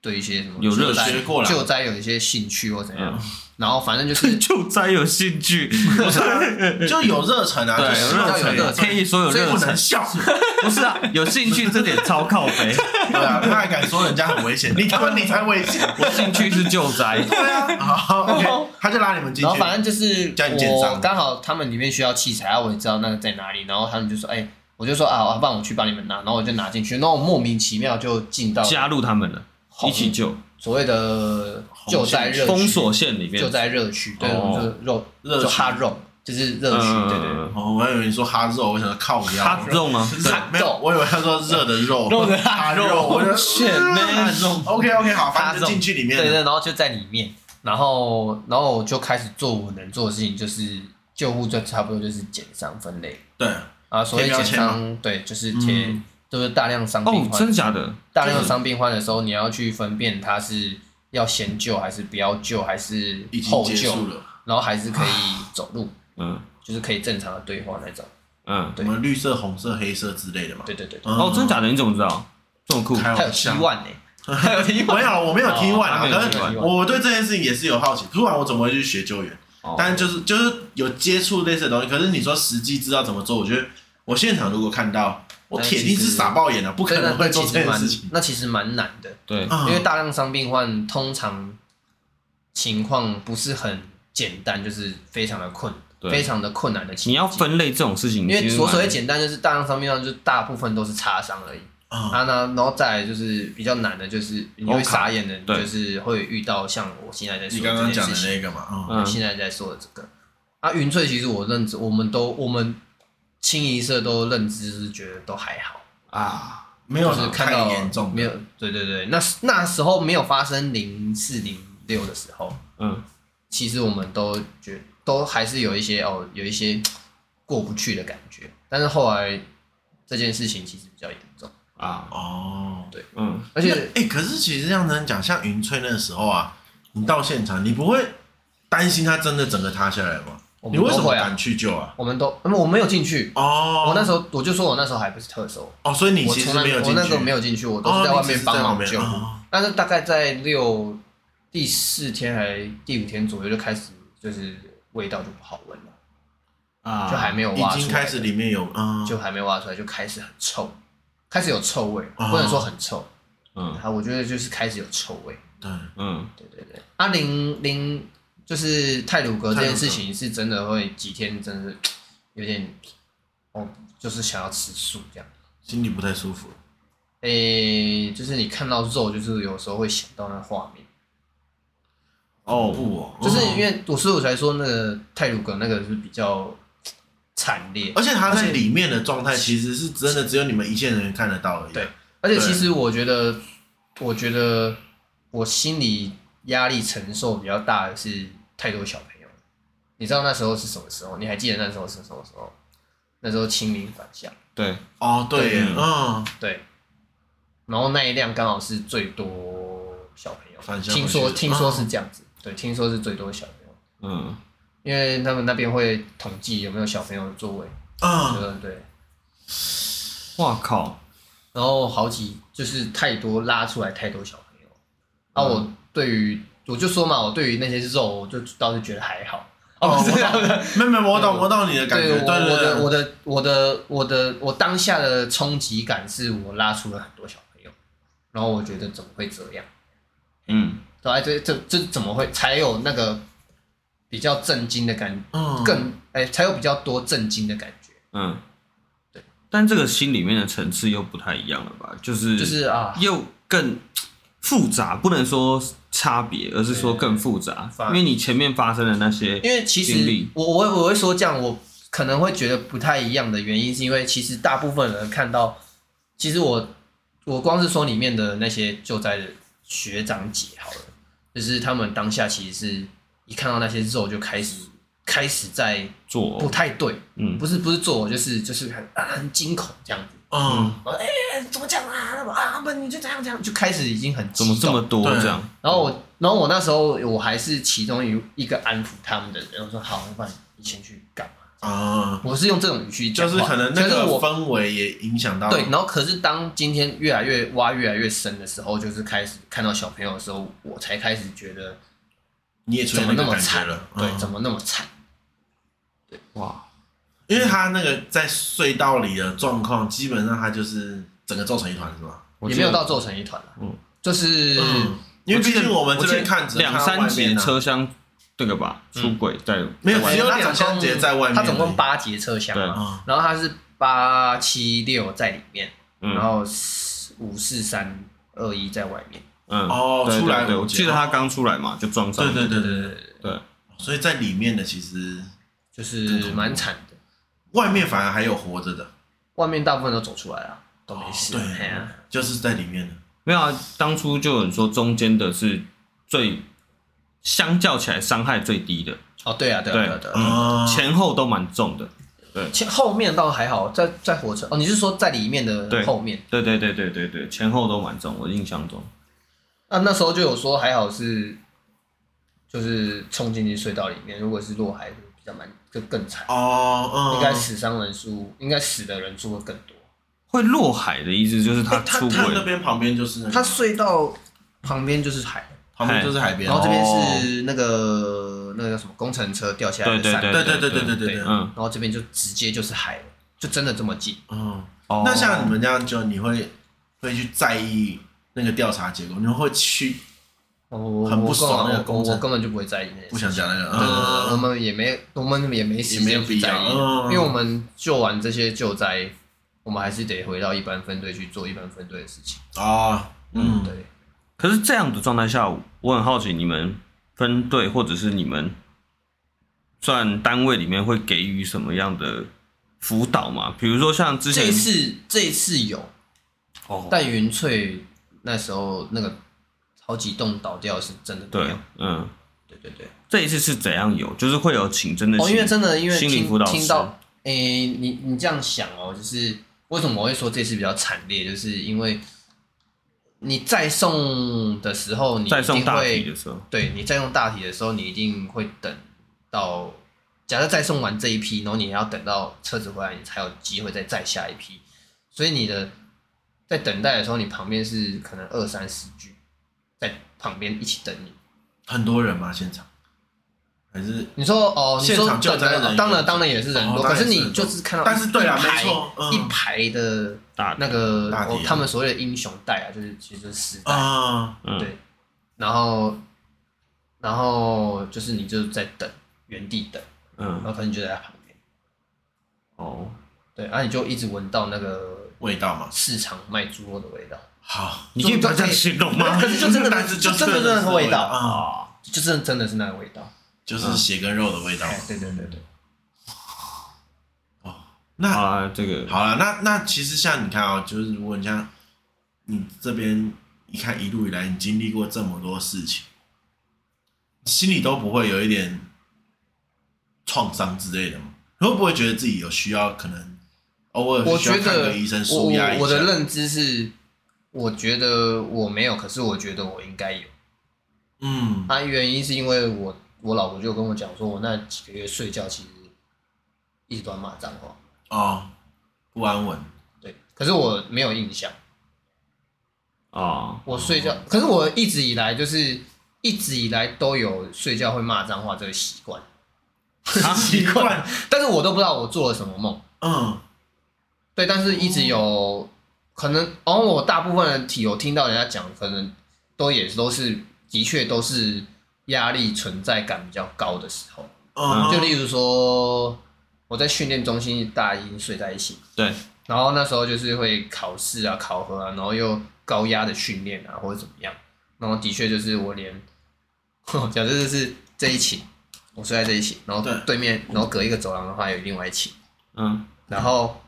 对一些什么
有热
救灾
学过啦
救灾有一些兴趣或怎样
嗯，
然后反正就
对
是
救灾有兴趣，
不是啊，就有热忱啊，就
对，
是
有
热
热
忱
忱，可以说有
所以
热
不
忱
能，笑，
不是啊，有兴趣这点超靠北，
对啊，他还敢说人家很危险，你他妈你才危险，
我兴趣是救灾，
对啊，好，OK，他就拉你们进
然后
去，
反正就是
叫你建商
我刚好他们里面需要器材啊，我也知道那个在哪里，然后他们就说，哎、我就说啊，帮我去帮你们拿，然后我就拿进去，然后我莫名其妙就进到
加入他们了，一起救，
所谓的救灾热区
封锁线里面
救，灾热区，对，
哦嗯
我们就肉
热区
就哈肉，就是热区，对对对，
哦，我还以为你说哈肉，我想说靠腰，
他肉吗？
哈没有，我以为他说热的肉，
肉的哈
哈
Oh，
肉
肉，我就
Shit, man
肉，OK OK，好，
哈
反正
肉
就进去里面
对对，
了，
然后就在里面，然后然后我就开始做我能做的事情，就是救护就差不多就是减伤分类
对，
啊，所以
贴标
减
签吗
伤对就是贴
嗯
就是大量伤病
哦，
患
真假的？
大量伤病患的时候，你要去分辨他是要先救还是不要救，还是
已经
后
结
救
束，了，
然后还是可以走 路，
嗯
就是可以正常的对话那种。
嗯，
我们绿色、红色、黑色之类的嘛，
对对对，对
哦，真
假？
假的？你怎么知道？这么酷？
开
他有
玩
T
笑，
one 呢，他有 T
没
one，
有，我没有
哦
T one
他
啊，
没有
但
T
是
one
我对这件事情也是有好奇，不然我怎么会去学救援？
哦
但就是就是有接触类似的东西，可是你说实际知道怎么做，我觉得我现场如果看到，我铁定是傻爆眼啊了，不可
对那
能
那
会做
嗯其
这
实
件
蛮
事情。
那其实蛮难的，
对，
嗯
因为大量伤病患通常情况不是很简单，就是非常的困，
对
非常的困难的情
你
境。
要分类这种事情，
因为
其实
所所谓
蛮
简单，就是大量伤病患，就是大部分都是擦伤而已。
啊，
啊，那然后再来就是比较难的，就是你会
OK，
傻眼的，
对
就是会遇到像我现在在说
你
的
刚
这
刚
件
讲
事
的那
情，
个嘛，嗯，
嗯
我现在在说的这个。啊，云翠其实我认知，我们都我们清一色都认知是觉得都还好，
啊，
没有
就是看
太
到
严重，
没有，对对对，那那时候没有发生零四零六的时候，
嗯，
其实我们都觉都还是有一些哦，有一些过不去的感觉，但是后来这件事情其实比较严重，
啊，
哦。
嗯，
而且
哎、欸可是其实这样子讲，像云翠那时候啊，你到现场，你不会担心它真的整个塌下来吗？
我
你
们
为什
都
么
会啊
敢。去救啊？
我们都，嗯我没有进去。
哦，
我那时候我就说，我那时候还不是特搜，
哦，所以你
我
其实
从来
没有
我
进去，哦
那时候没有进去，我都是在外面帮忙救
哦你只是在
护
外面哦。
但是大概在六第四天还第五天左右就开始，就是味道就不好闻了，
啊
就还没有挖
已
出
经
来
开，始里面有嗯，
就还没挖出来，就开始很臭，开始有臭味，
哦
不能说很臭，
嗯
啊，我觉得就是开始有臭味。
对，
嗯，
对对对，啊零零就是泰鲁格这件事情是真的会几天真的是有点，哦，就是想要吃素这样。
心里不太舒服。
诶、就是你看到肉，就是有时候会想到那画面，
哦，
不哦，
就是因
为
为我所以我才说那个泰鲁格那个是比较惨烈，
而且它在里面的状态其实是真的只有你们一线人看得到而已。啊
对而且其实我觉得，我觉得我心里压力承受比较大的是太多小朋友了，你知道那时候是什么时候？你还记得那时候是什么时候？那时候清明返乡，
对，
哦，对耶，
对
嗯，
对，然后那一辆刚好是最多小朋友，
返乡
听说
回去的啊
听说是这样子，对，听说是最多小朋友。
嗯，
因为他们那边会统计有没有小朋友的座位，
嗯，
对对。
哇靠，
然后好几就是太多拉出来太多小朋友，啊，
嗯
我对于我就说嘛，我对于那些肉，我就倒是觉得还好。
哦，
是这样的，
没有没有，我懂我懂你的感
对
觉，
我
对对
我的
对，
我的我的我的我当下的冲击感是我拉出了很多小朋友，然后我觉得怎么会这样？
嗯，
对啊，这这这怎么会才有那个比较震惊的感，
嗯，
更哎、才有比较多震惊的感觉，
嗯，
对，
但这个心里面的层次又不太一样了吧？就是
就是啊，
又更复杂，不能说差别，而是说更复杂，
反
因为你前面发生的那些，
因为其
经
实
历
我我会我会说这样，我可能会觉得不太一样的原因，是因为其实大部分人看到，其实我我光是说里面的那些救灾的学长姐好了，就是他们当下其实是一看到那些肉就开始开始在
做
不太对，
嗯
不是不是做，就是 就是很啊很惊恐这样子，
嗯，
哎怎么讲啊啊他们你就这样这样，就开始已经很
怎么
激
这
动
么多
对
这样？
然后我，然后我那时候我还是其中一一个安抚他们的人，我说好，那不然你先去干嘛？
啊，
我是用这种语气讲
就
话，
是可能那
就是
个
我
氛围也影响到
对，然后可是当今天越来越挖越来越深的时候，就是开始看到小朋友的时候，我才开始觉得
你也出现
怎么
那个
那么
感觉
惨
了，，
对，
嗯
怎么那么惨？
啊
哇，
因为他那个在隧道里的状况，基本上他就是整个皱成一团，是吗？
我
也
记
没
得
有到皱成一团了，
嗯
就是、
嗯，因为毕竟我们这边看只能
两
看到
三
外
节
面啊，
车厢这个吧，出轨在
没有
在外
只
面
有
他
两
总
箱
共
直接在外面
他总
而
共
已
八节车厢
对
嘛，
啊，
然后他是八七六在里面，然
嗯
后四五四三二一在外面，
嗯
哦
对对
出来
对，
五
我
节
记得他刚出来嘛，就撞上
对
了，
对对对对，
对，
所以在里面的其实
就是蛮惨的。
外面反而还有活着的，
外面大部分都走出来了，都没事。
哦
哎
对
呀，
就是在里面的，
没有啊，当初就有人说中间的是最相较起来伤害最低的，
哦，对啊，对啊，对啊，对啊。
啊，
前后都蛮重的，
前后面倒还好，在在火车哦，你是说在里面的
对
后面？
对对对对对对，前后都蛮重，我印象中，
啊那那时候就有说还好是，就是冲进去隧道里面，如果是落海就比较蛮就更惨，
哦，嗯，
应该死伤人数应该死的人数会更多。
会落海的意思就是
哎
他
他
出轨，
他那边旁边就是那个
它隧道旁边就是海，
旁边就是海边，
然后这边
哦
是那个那个叫什么工程车掉下来的
对
伞，
对
对对对对对对对，
嗯
然后这边就直接就是海了，就真的这么近。
嗯，
哦
那像你们这样就你会会去在意那个调查结果，你们会去
我我
很不
我根本
爽那个
我
工
我
程
我根本就不会在意那些事情
不想讲那个，
对对对，我
嗯，
们也没，我们也没时间去在
也没
意，
有必要嗯
因为我们救完这些救灾，我们还是得回到一般分队去做一般分队的事情。
啊，嗯，
对，
可是这样的状态下，我很好奇你们分队或者是你们算单位里面会给予什么样的辅导嘛？比如说像之
这一
前
次这一次有，
哦，
但云翠那时候那个好几栋倒掉是真的没
对
有，，
嗯，
对对对，
这一次是怎样有？就是会有请真的
哦，因为真的因为
心理
听
辅导师
听到，诶，你你这样想哦，就是为什么我会说这次比较惨烈，就是因为你再送的时候，你
在
一
送
定
大
会
题的时候，
对你在用大体的时候，你一定会等到，假设再送完这一批，然后你还要等到车子回来，你才有机会再再下一批。所以你的在等待的时候，你旁边是可能二三十具在旁边一起等你。
很多人嘛，现场还是
你说哦，你
现
说
场救
等
灾
的
人员
当然当然也是人多，
哦当
可
然
是
是
你
人多
就是看到一，
但是对啦
一排
没错嗯
一排的
大
那个
大体
哦他们所谓的英雄带啊，就是其实就是时代。
啊，
嗯
对，然后然后就是你就是在等原地等，然
嗯
后可能你就在他旁边，
哦，
对，然后你就一直闻到那个
味道嘛，
市场卖猪肉的味道，
好，
你可以不要这样形容吗？
可是就真 的
但是
就
就
真的真的是味道，嗯
啊，
啊，
就真的真的是那个味道，
就是血跟肉的味道。哦
哎，对对对对，
那
好啦，这个
好了，那那其实像你看啊、就是如果你像你这边一看一路以来，你经历过这么多事情，心里都不会有一点创伤之类的吗？你会不会觉得自己有需要，可能偶尔
我
需要
觉
看
得
个医生
我
舒压一
我
下？
我的认知是，我觉得我没有，可是我觉得我应该有，
嗯
啊，原因是因为我我老婆就跟我讲说，我那几个月睡觉其实一直都在骂脏话。
哦，不安稳
对，可是我没有印象。
啊，
我睡
哦
觉，可是我一直以来就是一直以来都有睡觉会骂脏话这个习惯，
啊 习惯，
但是我都不知道我做了什么梦。
嗯
对，但是一直有、
哦
可能，然后我大部分的体有听到人家讲，可能都也都是的确都是压力存在感比较高的时候，
嗯，
就例如说我在训练中心大一睡在一起，
对，
然后那时候就是会考试啊、考核啊，然后又高压的训练啊，或者怎么样。然后的确就是我连，哦假设就是这一寝，我睡在这一寝，然后
对
对面，然后隔一个走廊的话有另外一寝，
嗯，
然后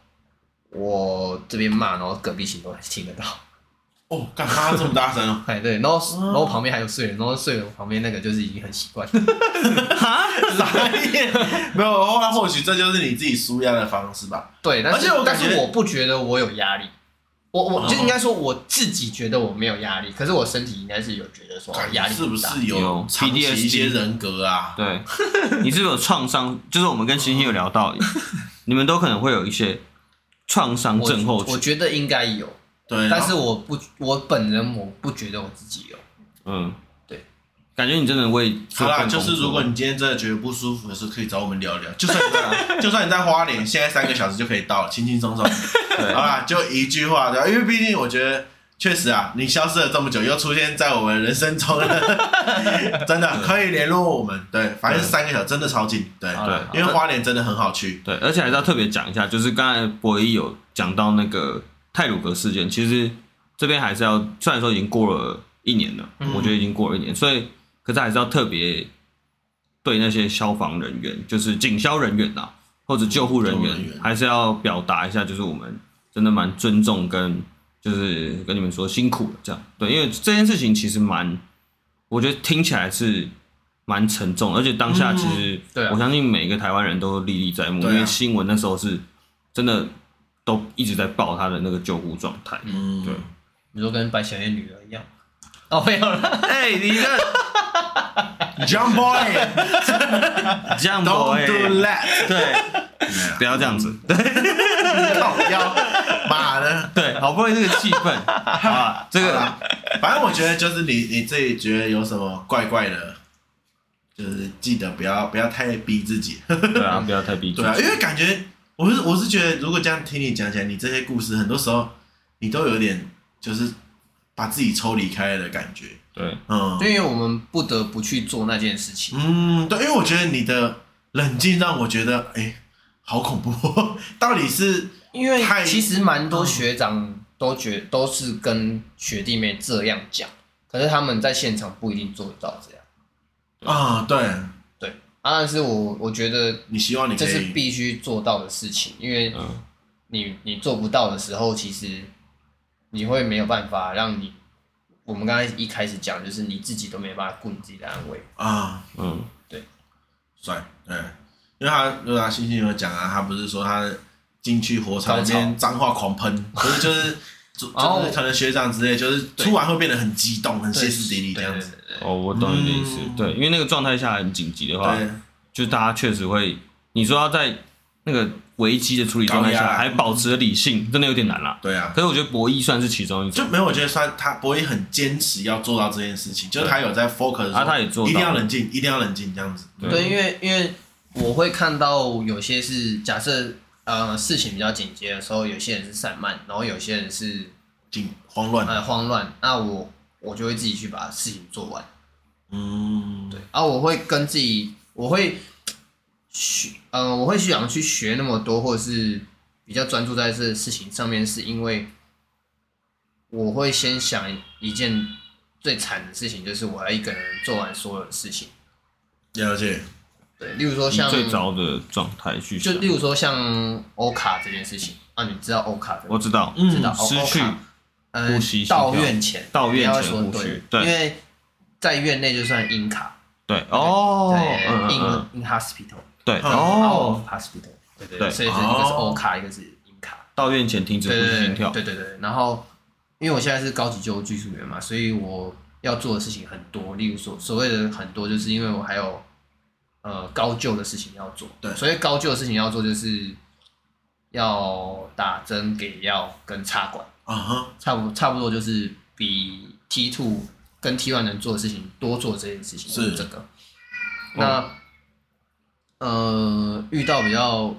我这边骂，然后隔壁寝都听得到。
哦，干嘛这么大声哦？
哎，对，然后然后旁边还有睡人，然后睡人旁边那个就是已经很习惯了。
傻眼，没有，哦啊或或许这就是你自己舒压的方式吧。
对，但
而
是
且我
但
感觉
是我不觉得我有压力，我我
哦
就应该说我自己觉得我没有压力，可是我身体应该是有觉得说哦压力
是不
很大
是有
有
长期一些
PTSD
人格啊？
对，你是不是有创伤？就是我们跟星星有聊 到，你们都可能会有一些创伤症候
我我
群。
觉得应该有，
对，啊
但是我不我本人我不觉得我自己有。
嗯，
对，
感觉你真的为
好
做
啦，
份
就
工
是
作
如果你今天真的觉得不舒服的时候，可以找我们聊聊。就算 你在，就算你在花莲，现在三个小时就可以到了，轻轻松松。
对
好啦，就一句话对吧？因为毕竟我觉得确实啊，你消失了这么久，又出现在我们人生中了， 真的可以联络我们。对，反正
对
三个小时真的超近，对，啊
好了好
因为花莲真的很好去。
对，而且还是要特别讲一下，就是刚才博一有讲到那个泰鲁格事件，其实这边还是要，虽然说已经过了一年了，
嗯
我觉得已经过了一年，所以可是还是要特别对那些消防人员，就是警消人员呐、或者救护人
救护人
员，
员
还是要表达一下，就是我们真的蛮尊重跟就是跟你们说辛苦了这样。对，因为这件事情其实蛮，我觉得听起来是蛮沉重，而且当下其实
对啊
我相信每一个台湾人都历历在目，因
对啊
为新闻那时候是真的都一直在报他的那个救护状 态。
嗯，
对
你说跟白小燕女儿一样？哦，没有 了，
哎、你这
，John Boy，Don't
这样不
do
会
that，
对，不要这样子。
靠腰，妈的。
对，好不容易这个气氛啊，这
对
个
啦，反正我觉得就是你你自己觉得有什么怪怪的，就是记得不要不要太逼自己。
对啊，不要太逼真
对。啊，因为感觉我是我是觉得，如果这样听你讲起来，你这些故事很多时候你都有点就是把自己抽离开了的感觉。
对，
嗯
因为我们不得不去做那件事情。
嗯，对，因为我觉得你的冷静让我觉得哎、好恐怖， 到底是
因为
太嗯
其实蛮多学长都觉都是跟学弟妹这样讲，可是他们在现场不一定做得到这样。
啊、对
对，啊，但是我我觉得
你希望你可
这是
以
必须做到的事情，因为
嗯，
你你做不到的时候，其实你会没有办法让你，我们刚才一开始讲，就是你自己都没办法顾你自己的安危。
啊。
嗯，
帅，对，因为他对啊，星星有讲啊，他不是说他进去火场里面脏话狂喷，可是就是就
哦
就是可能学长之类，就是
对
突然会变得很激动，很歇斯底里这
对
样
对
子。
对对
哦，我懂你的意思。
嗯
对，因为那个状态下很紧急的话，
对，
就是大家确实会，你说要在那个危机的处理状态
高
下
压
还保持理性，真的有点难啦。
对啊，
可是我觉得博弈算是其中一
就
种，
没有，我觉得算他博弈很坚持要做到这件事情，就是他有在 focus，的时候
啊他也做到
一定要冷静，一定要冷静这样子。
对
对，因为因为我会看到有些是假设呃事情比较紧急的时候，有些人是散漫，然后有些人是
紧慌乱，
呃慌乱，那我我就会自己去把事情做完。
嗯，
对，啊，我会跟自己，我会学，呃，我会想去学那么多，或者是比较专注在这事情上面，是因为我会先想一件最惨的事情，就是我要一个人做完所有的事情。
了解，
对，例如说
以
像
最糟的状态去
就
想。
例如说像欧卡这件事情啊，你知道欧卡这个
我知道，
嗯
知道
失
哦
去
OK 呃
呼吸心跳
到院前，
到院前
你要说
呼
对
吸对
因为在院内就算阴卡，
对哦，
对
嗯嗯
，in
嗯，
in hospital，
对
嗯
哦，
hospital，对
对
对对，所以是一个是 O 卡，一个是 in 卡，
到院前停止
对
呼吸
对
心
对
跳，
对对对。然后因为我现在是高级救护技术员嘛，所以我要做的事情很多，例如所所谓的很多，就是因为我还有呃高救的事情要做，
对
所以高救的事情要做就是要打针、给药跟插管，
啊哈，
差不差不多就是比 T two 跟 T one 能做的事情多做这件事情
是
这个。那、呃，遇到比较，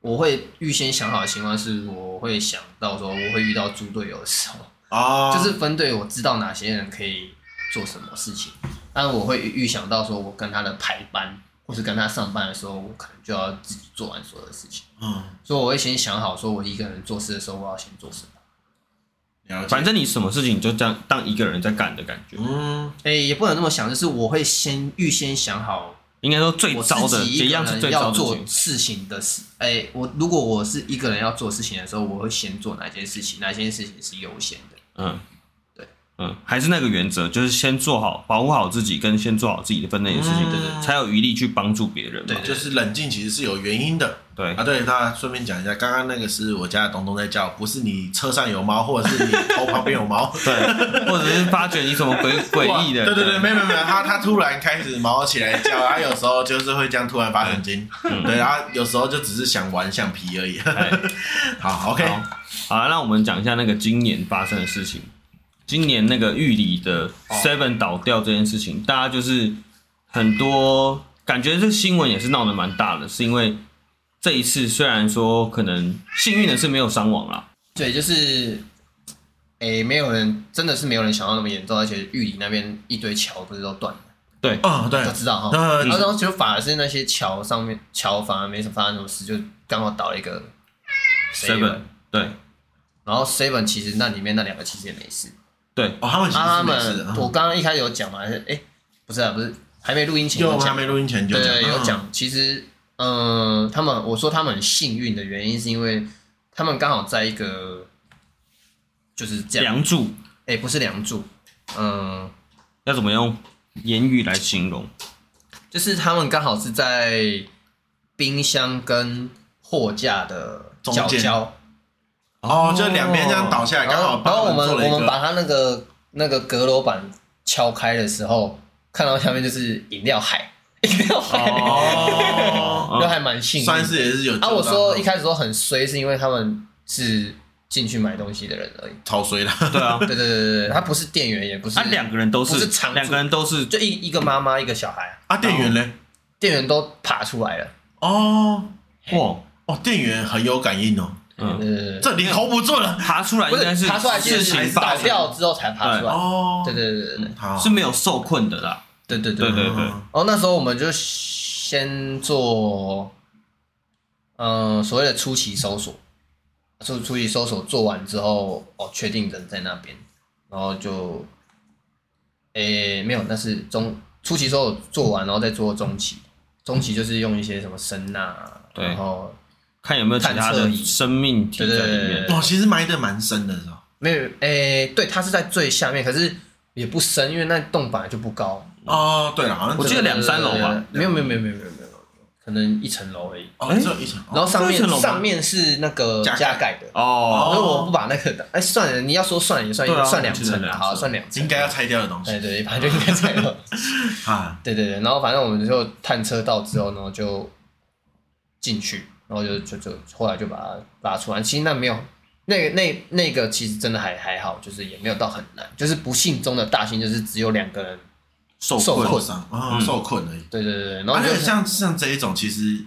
我会预先想好的情况是，我会想到说我会遇到猪队友的时候，
啊，
就是分队，我知道哪些人可以做什么事情，但我会预想到说我跟他的排班或是跟他上班的时候，我可能就要自己做完所有的事情，
嗯，
所以我会先想好说我一个人做事的时候，我要先做什么。
了解，
反正你什么事情就这样当一个人在干的感觉，
嗯，
哎、也不能那么想，就是我会先预先想好
应该说最
我自
糟的，
己
也
一
一
个
样是
人
最糟
要
的
做
事情。
事情的事。哎、我如果我是一个人要做事情的时候，我会先做哪件事情，哪件事情是优先的。
嗯，
对，
嗯，还是那个原则，就是先做好保护好自己，跟先做好自己的分内的事情，
嗯对对
才有余力去帮助别人嘛。
对
就是冷静其实是有原因的
对
啊。对，那顺便讲一下，刚刚那个是我家的东东在叫，不是你车上有猫，或者是你头旁边 有猫。
对，或者是发觉你什么诡 诡异的，
对对对，没有没有没有，他他突然开始毛起来叫，他有时候就是会这样突然发神经，对，然后有时候就只是想玩橡皮而已。
哎
好，OK，
好，好，那我们讲一下那个今年发生的事情。今年那个玉里的
哦
Seven 倒掉这件事情，大家就是很多感觉，这新闻也是闹得蛮大的，是因为这一次虽然说可能幸运的是没有伤亡啦，
对，就是，诶，没有人真的是没有人想到那么严重，而且玉里那边一堆桥不是都断了，
哦对
都，知道哈。
嗯
呃
然后然后就反而是那些桥上面桥反而没什么发生什么事，就刚好倒了一个
Seven 对
然后 seven 其实那里面那两个其实也没事。
对，
哦，他们其实
啊，他
是没事
们
的，
我刚刚一开始有讲嘛，还是诶，不是啊，不是还没录音前
就我们还
讲，
没录音前就
对
讲，
对，有
嗯，
讲。其实，嗯、他们我说他们很幸运的原因是因为他们刚好在一个就是这样，
梁祝
诶，不是梁祝，嗯、
要怎么用言语来形 容？
就是他们刚好是在冰箱跟货架的角
中间
角，
哦，就两边这样倒下来，
然
刚好
哦后然后
帮
我们
做了一
我们
个，
把它那个那个阁楼板敲开的时候，看到下面就是饮料海， 饮料海，
哦，
都还蛮幸运的。
算是也是有救到。
啊，我说一开始说很衰，是因为他们是进去买东西的人而已。
超衰了，
对啊，
对对对对对，他不是店员，也不是，
啊两个人都
不
是
是常驻
两个人都是
就一一个妈妈一个小孩，
啊，店员嘞？
店员都爬出来了。
哦
哇，
哦，店员很有感应哦，
对
嗯，
对对对，
这里 hold 不住了
爬出来
不
应该
是爬出来，
事
其
情
实
发
倒
生
掉之后才爬出来。
哦，
对对对对对
好，嗯
是没有受困的啦，
对对
对
对。
对对。
哦，那时候我们就先做，嗯，所谓的初期搜索，初初期搜索做完之后，哦，确定人在那边，然后就，诶，没有，那是中初期搜索做完，然后再做中期，中期就是用一些什么声呐，
对
然后
看有没有其他的生命体在里
探测仪对对对
面
对。
哦，其实埋的蛮深的，是吧？
没有，诶，对，它是在最下面，可是也不深，因为那洞本来就不高，
哦，对了，好像
我记得
这个
两三楼吧
对，对对对没有没有没有没有没有没有，可能一层楼而已。
哦，只有一层，
然后上
这是一层
面
楼吗
上面是那个
加盖
加盖的，
哦，
然后我不把那个打，哎，算了，你要说算了也算
对啊
算两
我
层
记得
了，
两
好，
层
算两层，哎
应该要拆掉的东西
对对，反正就应该在了。哎
啊，
对对对，然后反正我们就探测到之后呢，就进去，然后就就就后来就把它拉出来。其实那没有，那个那那个其实真的还还好，就是也没有到很难，就是不幸中的大幸，就是只有两个人。
受
受
困
困
受伤
嗯
啊，受困而已。
对对对对，然后
而
就
且
是
啊像像这一种，其实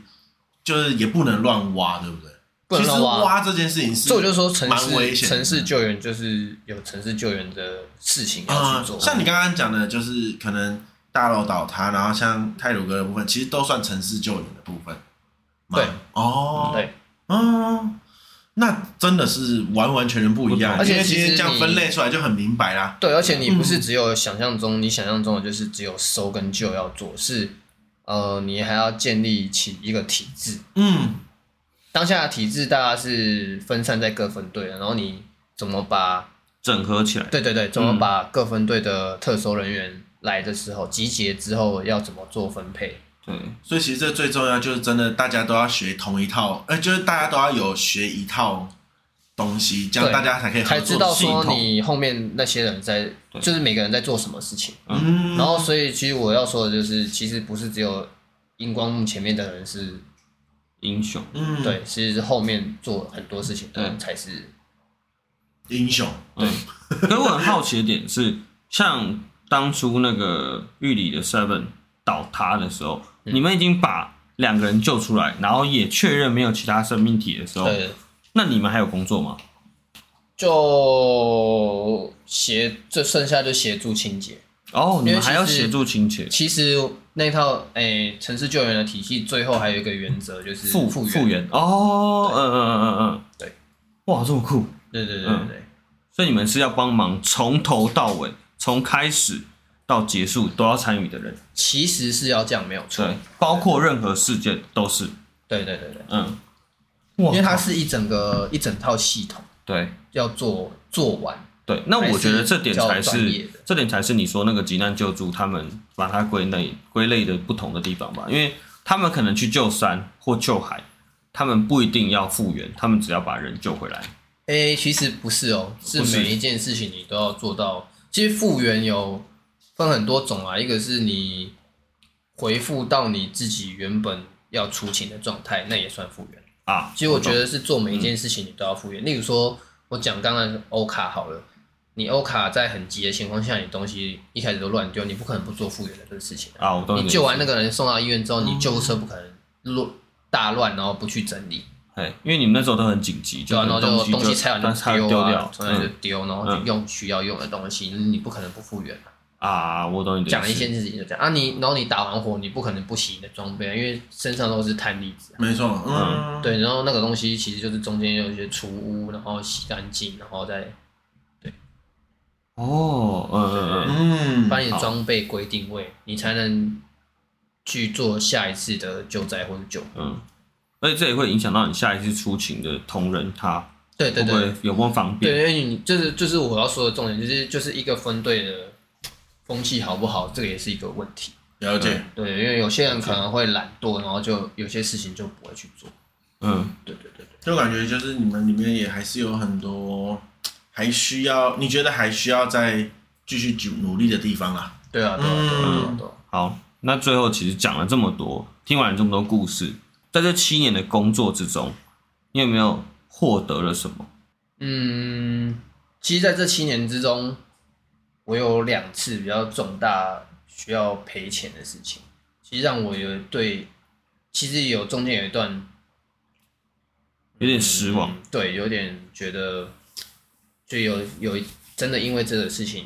就是也不能乱挖，对不对？
不能
其实
乱挖
挖这件事情是，
所以我就说城
蛮危
市
险的
城市救援就是有城市救援的事情要
啊
去做，，
像你刚刚讲的，就是可能大楼倒塌，然后像泰鲁格的部分，其实都算城市救援的部分嘛。
对
哦，
对，
嗯，那真的是完完全全不一样，
不同
因为
而且其
其
实
实这样分类出来就很明白啦。
对，而且你不是
嗯
只有想象中，你想象中的就是只有收跟救要做，是呃，你还要建立起一个体制。
嗯，
当下的体制大家是分散在各分队的，然后你怎么把
整合起来。
对对对，怎
嗯
么把各分队的特搜人员来的时候集结之后要怎么做分配？
对，
所以其实这最重要就是真的，大家都要学同一套，呃，就是大家都要有学一套东西，这样
对
大家才可以合
才知
作
道
的系
说
统。
你后面那些人在，就是每个人在做什么事情。
嗯，
然后，所以其实我要说的就是，其实不是只有荧光幕前面的人是
英雄
嗯，，
对，其实是后面做很多事情的人
对
才是
英雄，
对。嗯 可是我很好奇的点是，像当初那个狱里的 Seven 倒塌的时候，你们已经把两个人救出来，然后也确认没有其他生命体的时候，
对，
那你们还有工作吗？
就协就剩下就协助清洁。
哦，你
因为
们
其实
还要协助清洁
其实那套诶、城市救援的体系，最后还有一个原则就是
复
复
复原哦，嗯嗯嗯嗯嗯，
对，
哇，这么酷！
对对对
嗯
对对，
所以你们是要帮忙从头到尾，从开始到结束都要参与的人，
其实是要这样没有错。
对，包括任何事件都是，
对对对对，
嗯，哇
因为它是一整个一整套系统
对
要做做完，
对，那我觉得这点才
还是比较专业
是
的
这点才是你说那个急难救助，他们把它归类归类的不同的地方吧，因为他们可能去救山或救海，他们不一定要复原，他们只要把人救回来。
诶、其实不是哦，是
不是
每一件事情你都要做到。其实复原有分很多种啊，一个是你回复到你自己原本要出勤的状态，那也算复原。
啊，
其实我觉得是做每一
嗯
件事情你都要复原。例如说，我讲刚才欧卡好了，你欧卡在很急的情况下，你东西一开始都乱丢，你不可能不做复原的这个事情、啊。
啊，我都
你救完那个人送到医院
嗯
之后，你救护车不可能乱大乱，然后不去整理，
哎，因为你们那时候都很紧急，
对啊，然后
就
就东
嗯西
西拆完
就
就
但是它丢
啊
掉，，
从来就
嗯
丢，然后就用需要用的东西，你不可能不复原啊。
啊，我懂你的意思
讲了一件事情就讲啊，你然后你打完火，你不可能不洗你的装备啊，因为身上都是碳粒子啊。
没错，嗯，
对，然后那个东西其实就是中间有一些除污，然后洗干净，然后再
嗯哦，嗯嗯嗯，
嗯，
把你的装备归定位，你才能去做下一次的救灾或者救。
嗯，而且这也会影响到你下一次出勤的同仁他
对
会
对
不
对
会有没有方
对，
便？
因为你就是就是我要说的重点，就是就是一个分队的风气好不好，这个也是一个问题。
了解，
对，因为有些人可能会懒惰，然后就有些事情就不会去做。
嗯，
对对对对，
就感觉就是你们里面也还是有很多还需要，你觉得还需要再继续努努力的地方啦。
对啊对
嗯
啊对啊对啊对啊，
好，那最后其实讲了这么多，听完这么多故事，在这七年的工作之中，你有没有获得了什么？
嗯，其实在这七年之中，我有两次比较重大需要赔钱的事情，其实让我有对，其实有中间有一段
有点失望。
嗯对，有点觉得就有有一真的因为这个事情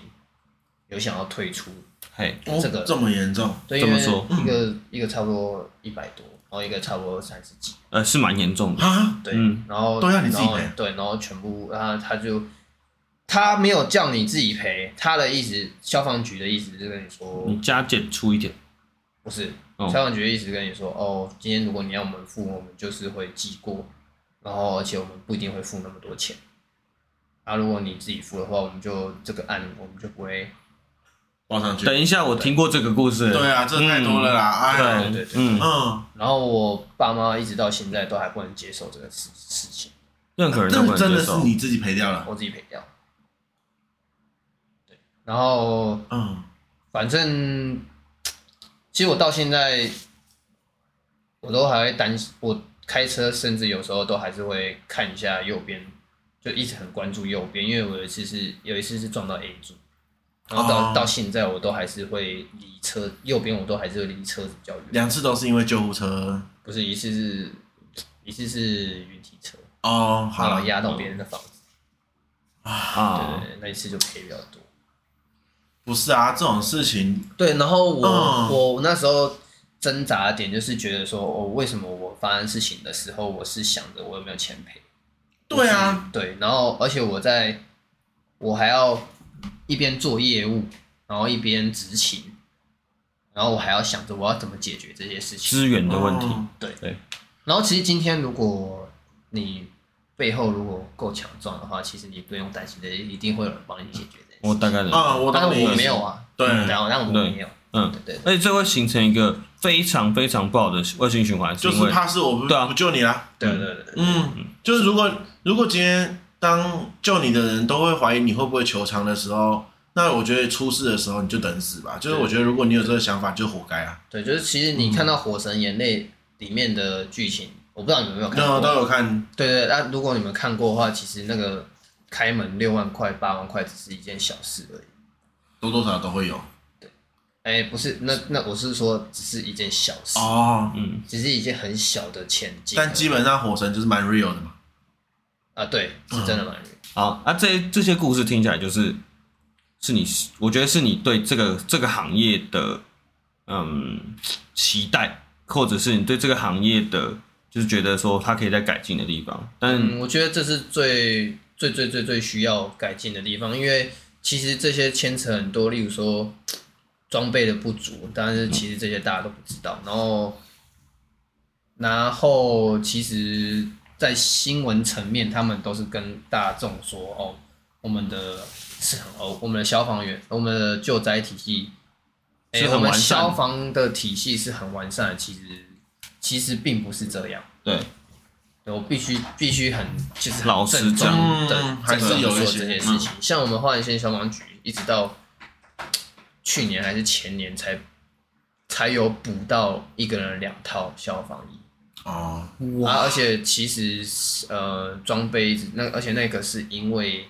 有想要退出，
嘿，
哦
这个
这么严重，
对，
怎么
因为
说
一个、一个差不多一百多，然后一个差不多三十几，
呃，是蛮严重的。
啊，
对，
嗯
然后
都要你自己
然后
赔
对，然后全部啊，他就他没有叫你自己赔，他的意思，消防局的意思是跟你说，
嗯
你加减出一点，
不是，
哦
消防局的意思跟你说，哦，今天如果你要我们付，我们就是会记过，然后而且我们不一定会付那么多钱，啊，如果你自己付的话，我们就这个案我们就不会，
报上去。
等一下，我听过这个故事。
对啊，这太多了啦，哎
对
呦，
对对
嗯，
嗯，
然后我爸妈一直到现在都还不能接受这个事事情，
任何人都不
这
能
真
接
的是
受。
你自己赔掉了，
我自己赔掉，对，然后。
嗯，
反正其实我到现在，我都还会担心，我开车甚至有时候都还是会看一下右边，就一直很关注右边，因为我有一次是有一次是撞到 A 柱，然后到、
哦
到现在我都还是会离车右边，我都还是会离车子比较远，
两次都是因为救护车。
不是一次是一次是云梯车，
哦，好
然后
了，
压到别人的房子，
啊，
对，那一次就赔比较多。
不是啊，这种事情，
对，然后我、
嗯
我那时候挣扎的点就是觉得说，我、哦、为什么我发生事情的时候，我是想着我有没有钱赔？
对啊，
对，然后而且我在我还要一边做业务，然后一边执勤，然后我还要想着我要怎么解决这些事情。
资源的问题。
哦
然后其实今天如果你背后如果够强壮的话，其实你不用担心这些，一定会有人帮你解决这些事情。
我大概能
啊，我
但
懂你
是
意
我
思
没有，啊，
对
然后但我
对
没有，
嗯
对对对。
而且这会形成一个非常非常不好的恶性循环，
就
因
是
为
怕是我不
对啊
不救你啦。
对对对对
嗯，就是如果如果今天当救你的人都会怀疑你会不会求偿的时候，那我觉得出事的时候你就等死吧。就是我觉得如果你有这个想法，就活该啊。
对，就是其实你看到《火神眼泪》里面的剧情，我不知道你们有没有看
那
过。
我都有看，
对对，那、如果你们看过的话，其实那个开门六万块、八万块只是一件小事而已。
多多少少都会有。
哎，不是，那那我是说，只是一件小事，
哦，
嗯，
只是一件很小的前进而已。
但基本上火神就是蛮 real 的嘛。
啊，对，是真的
嗯
蛮远。
好啊，这这些故事听起来就是是你，我觉得是你对这个这个行业的嗯期待，或者是你对这个行业的就是觉得说它可以在改进的地方，但
嗯，我觉得这是最最最最最需要改进的地方，因为其实这些牵扯很多，例如说装备的不足，但是其实这些大家都不知道。然后，然后其实，在新闻层面，他们都是跟大众说哦，我们的是很哦，我们的消防员，我们的救灾体系，哎、
是很
我们
完善的
消防的体系是很完善的，其实其实并不是这样。
对，
对我必须必须很就是很
老实
郑重
讲
地
嗯还
郑
是
重地
有
说
一些
这件事情。像我们花莲县消防局，一直到去年还是前年才才有补到一个人两套消防衣。
哦，
啊，而且其实是呃，装备一直那，而且那个是因为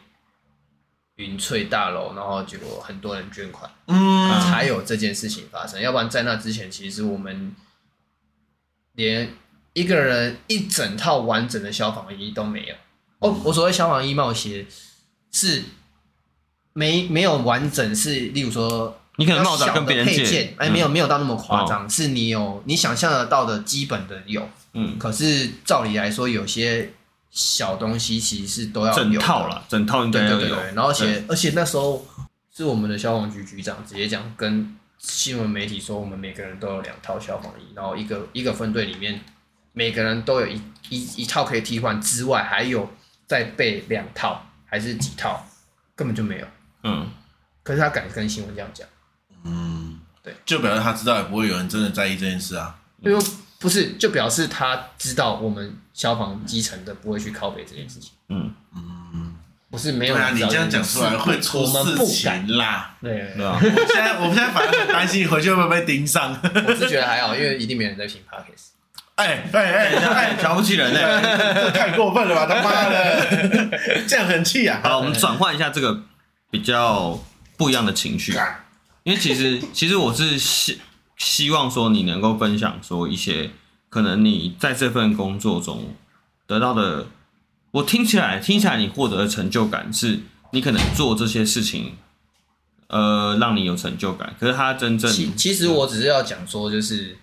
云翠大楼，然后结果很多人捐款，
嗯，
才有这件事情发生。要不然在那之前，其实我们连一个人一整套完整的消防衣都没有。哦，我所谓消防衣帽鞋是没没有完整，是例如说
你可能帽子
小
要
的
跟别人
配
借嗯哦
件，，哎，没有没有到那么夸张，是你有你想象得到的基本的有。
嗯，
可是照理来说，有些小东西其实是都要有
嗯整
的
套，啦，整套应
对
该
对
要
对
有
对。。然后而且而且那时候是我们的消防局局长直接讲跟新闻媒体说，我们每个人都有两套消防衣，然后一个一个分队里面每个人都有一一一套可以替换之外，还有再备两套还是几套，根本就没有。
嗯，
可是他敢跟新闻这样讲，
嗯，
对，
就表示他知道，也不会有人真的在意这件事啊。
因为不是就表示他知道我们消防基层的不会去拷贝这件事情。
嗯，
不是没
对
有
啊，
人
你
知道
这样讲
件事
出来会出
我们
事
不敢。
情啦。
对，
对啊，
我现在我现在反而很担心你回去会不会被盯 上。
我是觉得还好，因为一定没人在评 podcast。
哎哎哎哎，
瞧不起人 呢。
这太过分了吧！他妈 的，这样很气啊！
好，我们转换一下这个比较不一样的情绪，因为其实 其实我是希希望说你能够分享说一些可能你在这份工作中得到的，我听起来听起来你获得的成就感是你可能做这些事情，呃，让你有成就感，可是他真正
其其实我只是要讲说，就是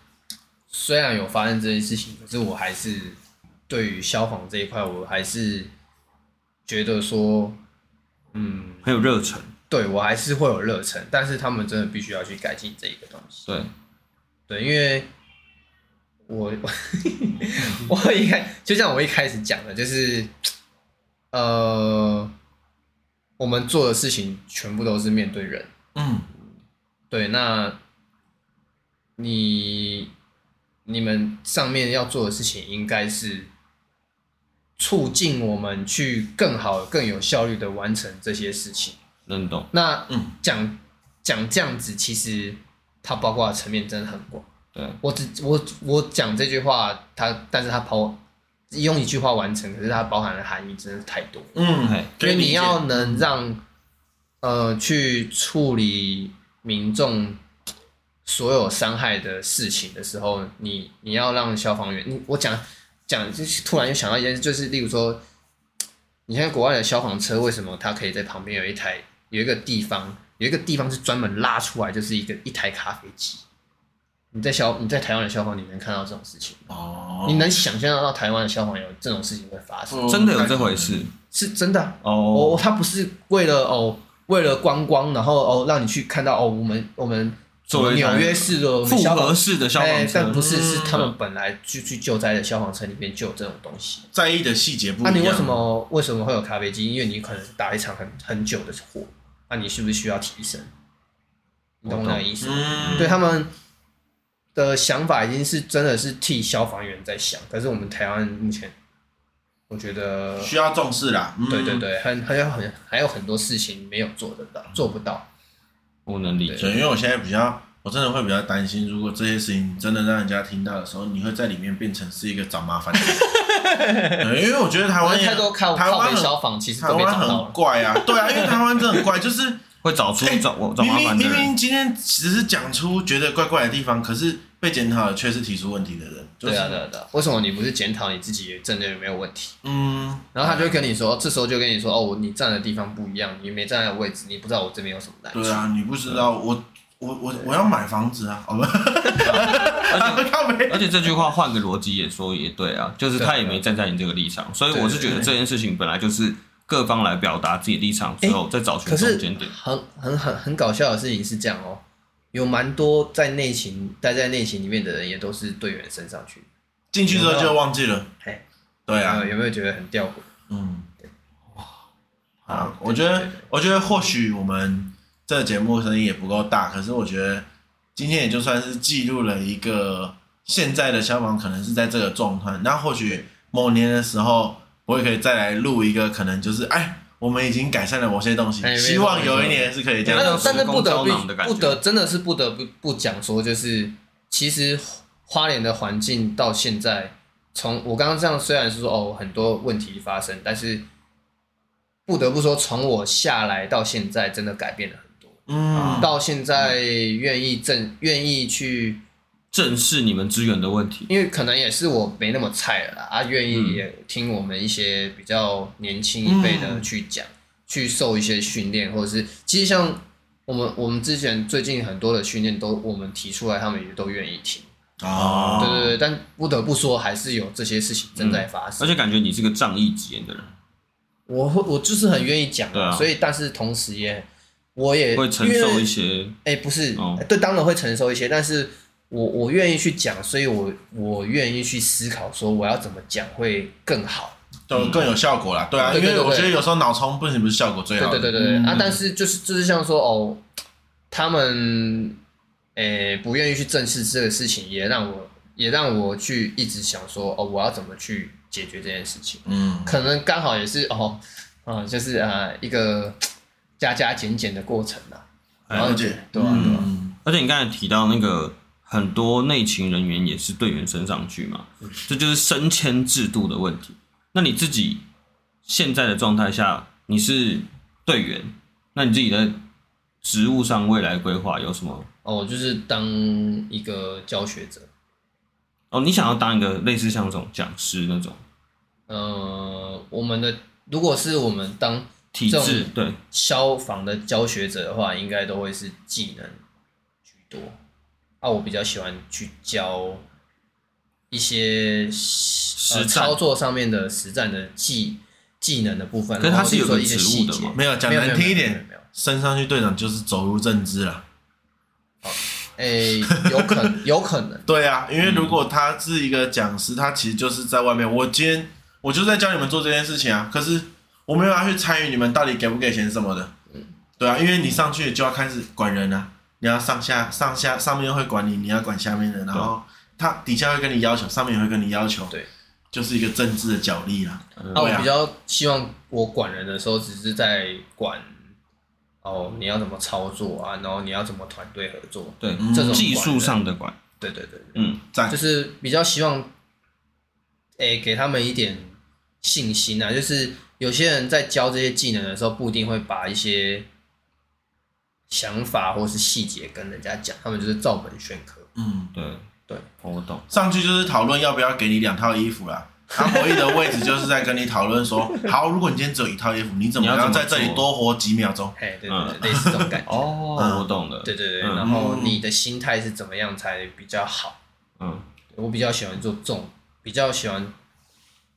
虽然有发生这件事情，可是我还是对于消防这一块，我还是觉得说，嗯，
很有热忱，
对我还是会有热忱，但是他们真的必须要去改进这一个东西。
对，
对，因为我 我一开就像我一开始讲的，就是呃，我们做的事情全部都是面对人。
嗯，
对，那你你们上面要做的事情应该是促进我们去更好、更有效率的完成这些事情。
能懂，
那
嗯
讲讲这样子，其实它包括的层面真的很广。
对，
我只我我讲这句话，它但是它包用一句话完成，可是它包含的含义真的太多了。
嗯
哎，
可
因
以
为
理解
你要能让呃去处理民众所有伤害的事情的时候，你你要让消防员，你我讲讲就是突然又想到一件事，就是例如说，你看国外的消防车为什么它可以在旁边有一台有一个地方有一个地方是专门拉出来，就是一个一台咖啡机。你在消你在台湾的消防，你能看到这种事情吗？
哦嗯
你能想象得到台湾的消防有这种事情会发生？
真的有这回事
是真的啊、
哦
哦，，他不是为了哦，为了观光，然后哦，让你去看到哦，我们我们
作为一台
纽约市的我们
复
哦消防
合式的消
哎
防
但
车
不，是
嗯
是他们本来去去救灾的消防车里面就有这种东西。
在意的细节不一
那、
样。
你为什？么为什么会有咖啡机？因为你可能打一场很很久的火，那、你是不是需要提升？你懂我那个意思吗？
嗯，
对他们的想法已经是真的是替消防员在想，可是我们台湾目前，我觉得
需要重视啦。嗯
对对对，很还有很还有很多事情没有做得到，做不到。
我能理解，
对，因为我现在比较，我真的会比较担心，如果这些事情真的让人家听到的时候，你会在里面变成是一个找麻烦的人。对，因为我觉得台湾也
太多靠
台
靠
湾
北
很
消防其实
台
都被
湾
找到
很
了，
怪啊，对啊，因为台湾真的很怪，就是
会找出
哎
找我找
明
麻
明
烦的
明
人，
明今天只是讲出觉得怪怪的地方，可是被检讨的却是提出问题的人。就是、
对啊对啊对啊。为什么你不是检讨你自己真的有没有问题？
嗯，
然后他就会跟你说，这时候就跟你说，哦，我你站的地方不一样，你没站的位置，你不知道我这边有什么难处。
对啊，你不知道我我我我要买房子啊，好吧？
啊
靠北
而且这句话换个逻辑也说也对啊，就是他也没站在你这个立场，所以我是觉得这件事情本来就是各方来表达自己立场之后，再找寻
可是
中间点。
很很很很搞笑的事情是这样哦，有蛮多在内勤待在内勤里面的人，也都是队员升上去。
进去之后就忘记了。
哎，
对啊，
有没有觉得很吊诡？
嗯，啊
哦，
我
对
觉
对
得
对，
我觉得或许我们这个节目声音也不够大，可是我觉得今天也就算是记录了一个现在的消防可能是在这个状态，那或许某年的时候，我也可以再来录一个，可能就是哎，我们已经改善了某些东西，
哎没错
希望有一年是可以这样
但
没
子
错
但是不得
时空胶囊的
不
感觉
不得，真的是不得不不讲说，就是其实花莲的环境到现在，从我刚刚这样虽然是说哦很多问题发生，但是不得不说，从我下来到现在，真的改变了很多。
嗯，
到现在愿意正愿意去，
正视你们资源的问题。
因为可能也是我没那么菜了啦，啊，愿意也
嗯
听我们一些比较年轻一辈的
嗯
去讲，去受一些训练，或者是其实像我们我们之前最近很多的训练都我们提出来，他们也都愿意听，
哦，
对对对，但不得不说还是有这些事情正在发
而
生，
且感觉你是个仗义执言的人，
我会我就是很愿意讲
对
啊，
啊
所以但是同时也我也
会承
因为
受一些
哎、不是、
哦
对，当然会承受一些，但是我我愿意去讲，所以我我愿意去思考，说我要怎么讲会更好。
就更有效果啦。对啊，
对
因
对
为
对
我
对
觉得有时候脑冲不是不是效果最
对
好的，
对对对对、
嗯
啊！但是就是就是像说哦，他们诶、不愿意去正视这个事情，也让我也让我去一直想说哦，我要怎么去解决这件事情。
嗯，
可能刚好也是哦，啊、就是啊、一个加加减减的过程啊。然后
哎了解，
对啊对啊
嗯
而且你刚才提到那个很多内勤人员也是队员升上去嘛，
嗯
这就是升迁制度的问题。那你自己现在的状态下，你是队员，那你自己的职务上未来规划有什么？
哦，就是当一个教学者，
哦，你想要当一个类似像这种讲师那种
呃，我们的如果是我们当
体
这
制
种，
对，
消防的教学者的话，应该都会是技能居多。啊，我比较喜欢去教一些实
实战
操作上面的实战的技技能的部分。
可是它
然后
是有
说
个
一些
职务
细
的
节
嘛，
没有讲
没有没
难
有
听一
没有
点
没有，
升上去队长就是走入政治了。
没有哎，有可能，有可能。
对啊，因为如果他是一个讲师，他其实就是在外面。我今天我就在教你们做这件事情啊，可是我没有要去参与你们到底给不给钱什么的。
嗯
对啊，因为你上去就要开始管人啊，你要上下上下上面会管你，你要管下面的，然后他底下会跟你要求，上面也会跟你要求，
对，
就是一个政治的角力啦。
啊，我
对啊
比较希望我管人的时候，只是在管哦，你要怎么操作啊，然后你要怎么团队合作，
对，
嗯
这种
技
管
术
人
上的管，
对对对对，
嗯，
赞
就，是比较希望，诶、给他们一点信心啊。就是有些人在教这些技能的时候，不一定会把一些想法或是细节跟人家讲，他们就是照本宣科。
嗯，
对哦
对，
我懂。
上去就是讨论要不要给你两套衣服啦。阿摩伊的位置就是在跟你讨 论说，好，如果你今天只有一套衣服，你怎么
你要
样
怎么
在这里
做
多活几秒钟？
哎，对对
嗯
对，类似这种感 觉。
哦，我懂了。
对对对，
嗯
然后你的心态是怎么样才比较好？
嗯，
我比较喜欢做这种，比较喜欢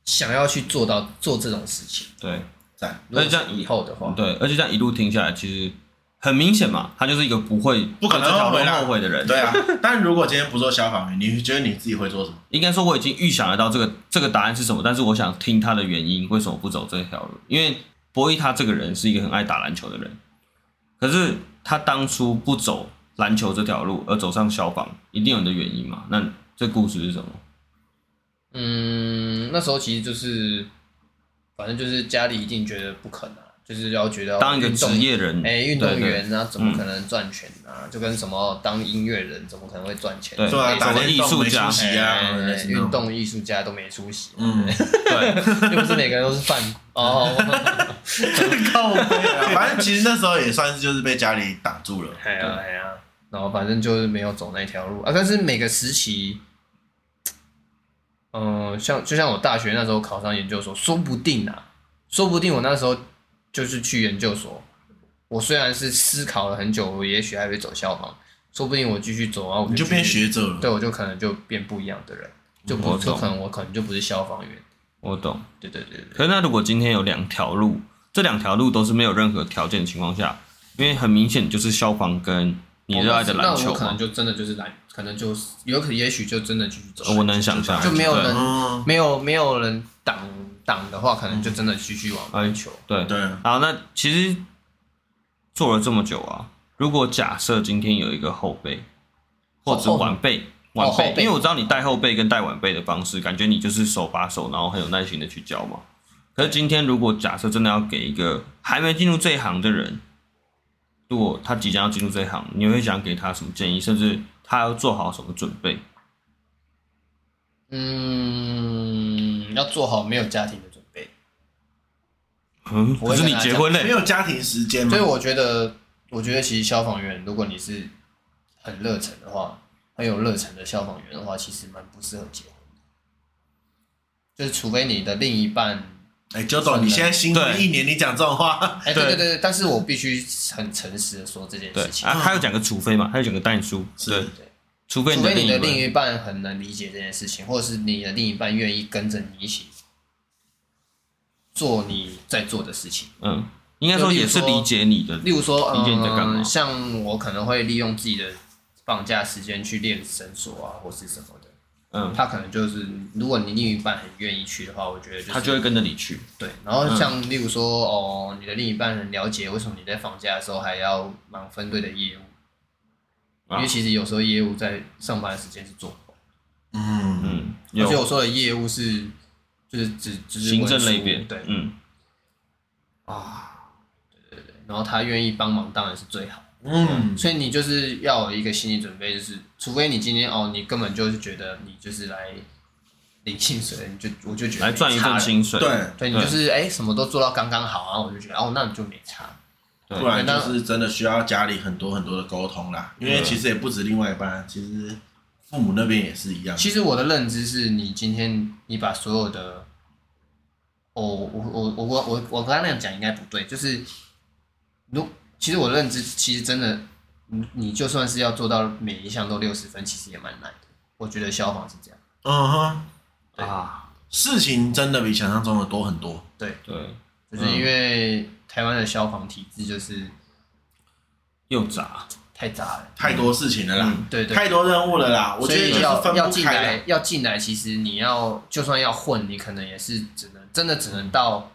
想要去做到做这种事情。
对，
赞，
如果
那这样
是以后的话，
对，而且这样一路听下来，其实很明显嘛，他就是一个不会
不可能
对这条
后悔
路
啦
后悔的人。
对啊，但如果今天不做消防员，你觉得你自己会做什么？
应该说我已经预想得到这个这个答案是什么，但是我想听他的原因，为什么不走这条路？因为博弈他这个人是一个很爱打篮球的人，可是他当初不走篮球这条路而走上消防，一定有你的原因嘛？那这故事是什么？
嗯，那时候其实就是，反正就是家里一定觉得不可能啊，就是要觉得
当一个
运动
职，业人，
哎、运动
对嗯对
员啊，怎么可能赚钱啊？就跟什么当音乐人，怎么可能会赚钱？
对
对啊，
类似
打
什么
电动
艺术
没
家
出息
哎
啊，类似那
运
种，
动艺术家都没出息，
嗯，
对，
又不是每个人都是饭哦。
靠背
嗯
啊， 反正其实那时候也算是就是被家里挡住了。
哎呀哎呀，然后反正就是没有走那条路啊。但是每个时期，嗯、像就像我大学那时候考上研究所，说不定啊，说不定我那时候就是去研究所。我虽然是思考了很久，我也许还会走消防，说不定我继续走啊，我
你就变
继续，
学者了，
对我就可能就变不一样的人，就
我
不
懂
就可能我可能就不是消防员，
我懂。
对对对对，
可是那如果今天有两条路，这两条路都是没有任何条件的情况下，因为很明显就是消防跟你热爱的篮
那
球
我可能
吗？
就真的就是篮，可能就是有可也许就真的继续走下去。
我能想象，
就没有人
对
嗯，
没有没有人挡挡的话，可能就真的继续往篮球。
对，
对，啊
好，那其实做了这么久啊，如果假设今天有一个后辈或者
后
晚辈，
哦
晚辈
后，辈
因为我知道你带后辈跟带晚辈的方式，感觉你就是手把手，然后很有耐心的去教嘛。可是今天如果假设真的要给一个还没进入这一行的人，如果他即将要进入这一行，你会想给他什么建议，甚至他要做好什么准备？
嗯，要做好没有家庭的准备。
嗯，可
我会
是
跟
你
他
结
讲
婚
没
嘞，
有家庭时间嘛
所以，我觉得，我觉得其实消防员，如果你是很热忱的话，很有热忱的消防员的话，其实蛮不适合结婚的。就是除非你的另一半，
哎，九董，你现在新婚
对
一年，你讲这种话，
哎、对对对，对但是我必须很诚实的说这件
对
事情，
啊，他有讲个除非嘛，他有讲个但书，
是
对，
对
除非
除
你的
非
另
你
一
的
半
另一半很能理解这件事情，或者是你的另一半愿意跟着你一起做你在做的事情。
嗯，应该说也是理解你的，
例如说，
理解你在干嘛
嗯，像我可能会利用自己的放假时间去练绳索啊，或是什么的。
嗯，
他可能就是，如果你另一半很愿意去的话，我觉得、就是、
他就会跟嗯着你去，
对。然后像例如说，哦，你的另一半很了解为什么你在放假的时候还要忙分队的业务，
啊
因为其实有时候业务在上班的时间是做不完。
嗯，
嗯，
而且
有
我说的业务是，就是只只是
行政
文书
类别，
对
嗯，
啊，对对对。然后他愿意帮忙，当然是最好。
嗯，
所以你就是要有一个心理准备，就是除非你今天哦，你根本就是觉得你就是来领薪水，你就我就觉得
来赚一
没差
份
了，
薪嗯水，
对，
对你
对
就是哎、什么都做到刚刚好，然后我就觉得哦，那你就没差。
对
不然就
那
是真的需要家里很多很多的沟通啦，因为
嗯
其实也不止另外一半，啊其实父母那边也是一样。
其实我的认知是你今天你把所有的，哦，我我我我我我刚刚那样讲应该不对，就是如其实我的认知其实真的，你你就算是要做到每一项都六十分，其实也蛮难的。我觉得消防是这样，
嗯哼，
啊，
事情真的比想象中的多很多。
对。
对，
就是因为台湾的消防体制就是
又杂，
太杂了，
太多事情了啦，
嗯
对对
太多任务了啦，我
所
觉得
以
就是
要
分
要
不
进
开啦
来，要进来，其实你要就算要混，你可能也是只能真的只能到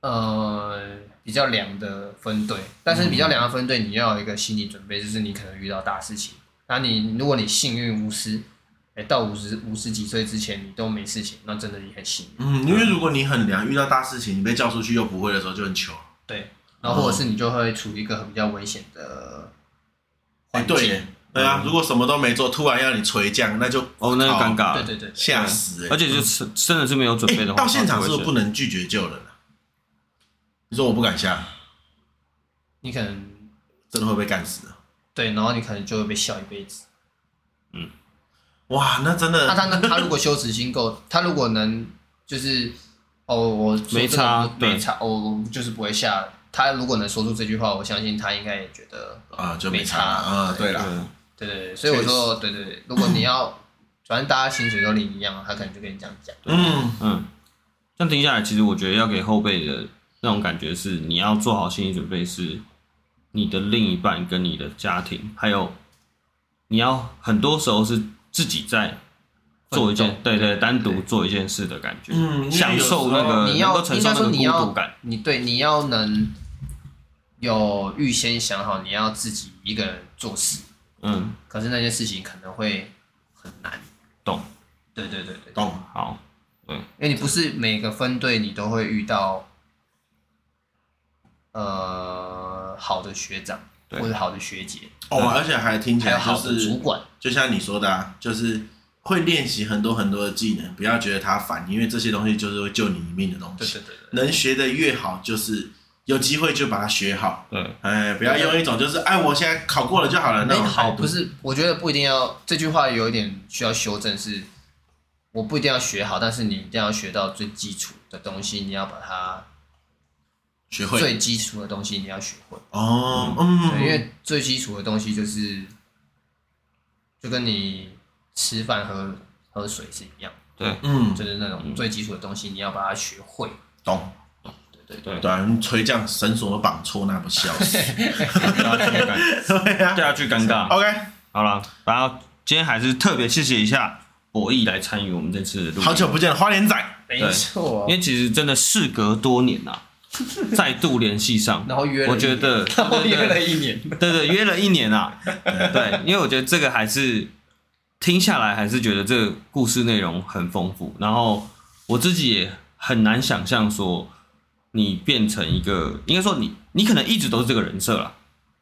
呃比较凉的分队，但是比
嗯
较凉的分队，你要有一个心理准备，就是你可能遇到大事情。那你如果你幸运无私，哎、到五十五十几岁之前你都没事情，那真的你很幸运。
嗯，因为如果你很凉，遇到大事情，你被叫出去又不会的时候就很糗。
对，然后或者是你就会处于一个比较危险的
哎，
环境。嗯啊
对耶，对啊，如果什么都没做，突然要你垂降，那就
哦，那就
靠
尴尬
对
了，
对对对。
吓死
而
哎！
且就是真的是没有准备
哎
的话，
到现场是
是
不是不能拒绝救人啊？你说我不敢下，
你可能
真的会被干死的。啊
对，然后你可能就会被笑一辈子。
哇，那真的
那他呢？他如果羞耻心够，他如果能就是哦，我说
没
真的
差
不
对
没差，我就是不会下。他如果能说出这句话，我相信他应该也觉得
啊就没
没
差啊，对啦，
对，
对对对，所以我说对对对，如果你要，反正大家薪水都领一样，啊他可能就跟你这样讲。
嗯，
嗯，这样听下来，其实我觉得要给后辈的那种感觉是，你要做好心理准备，是你的另一半跟你的家庭，还有你要很多时候是自己在做一件，
奋斗
对对，单独做一件事的感觉，
嗯
享受那个
啊你
呃能够
要
承
应
受那
该
个
说
孤
你
独
要
感，
你对你要能有预先想好你要自己一个人做事，
嗯，
可是那件事情可能会很难。
懂，
对对对对，
懂。
好，
因为你不是每个分队你都会遇到，呃，好的学长
对
或者好的学姐，
哦，而且还听起
嗯还有
来就
好的
是
主管。
就像你说的、啊，就是会练习很多很多的技能，不要觉得它烦，因为这些东西就是会救你一命的东
对
西。
对对对，
能学的越好，就是有机会就把它学好。
对，
哎，不要用一种就是哎，我现在考过了就好了那
那
种
哎好
态
不
度。
是，我觉得不一定要这句话有一点需要修正是，我不一定要学好，但是你一定要学到最基础的东西，你要把它
学会
最基础的东西你要学会，
哦，嗯，
对，因为最基础的东西就是就跟你吃饭喝喝水是一样的。
对，
嗯
就是那种最基础的东西，你要把它学会。
懂。
对对对，
对
对啊，你垂降绳索都绑错，那不笑 死？
大家去尴，
对啊
大家去尴尬。
，OK，
好了，然后今天还是特别谢谢一下博弈来参与我们这次的录音，
好久不见了，花莲仔，
没错
因。为其实真的事隔多年啊，再度联系 上，
然后约了
我觉得，
然后约了
对
一年，
对对，约了一年啊，对，因为我觉得这个还是听下来还是觉得这个故事内容很丰富，然后我自己也很难想象说你变成一个，应该说你你可能一直都是这个人设啦，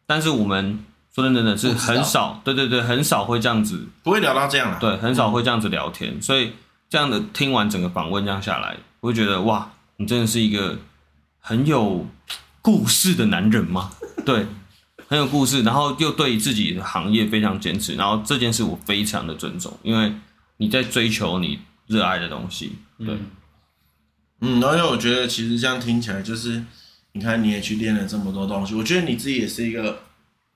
但是我们说真的真的是
不知道
很少，对对对，很少会这样子
不会聊到这样了。
对，很少会这样子聊天，所以这样的听完整个访问这样下来，我会觉得哇，你真的是一个很有故事的男人嘛？对，很有故事，然后又对自己的行业非常坚持，然后这件事我非常的尊重，因为你在追求你热爱的东西。对，
嗯，而且我觉得其实这样听起来就是，你看你也去练了这么多东西，我觉得你自己也是一个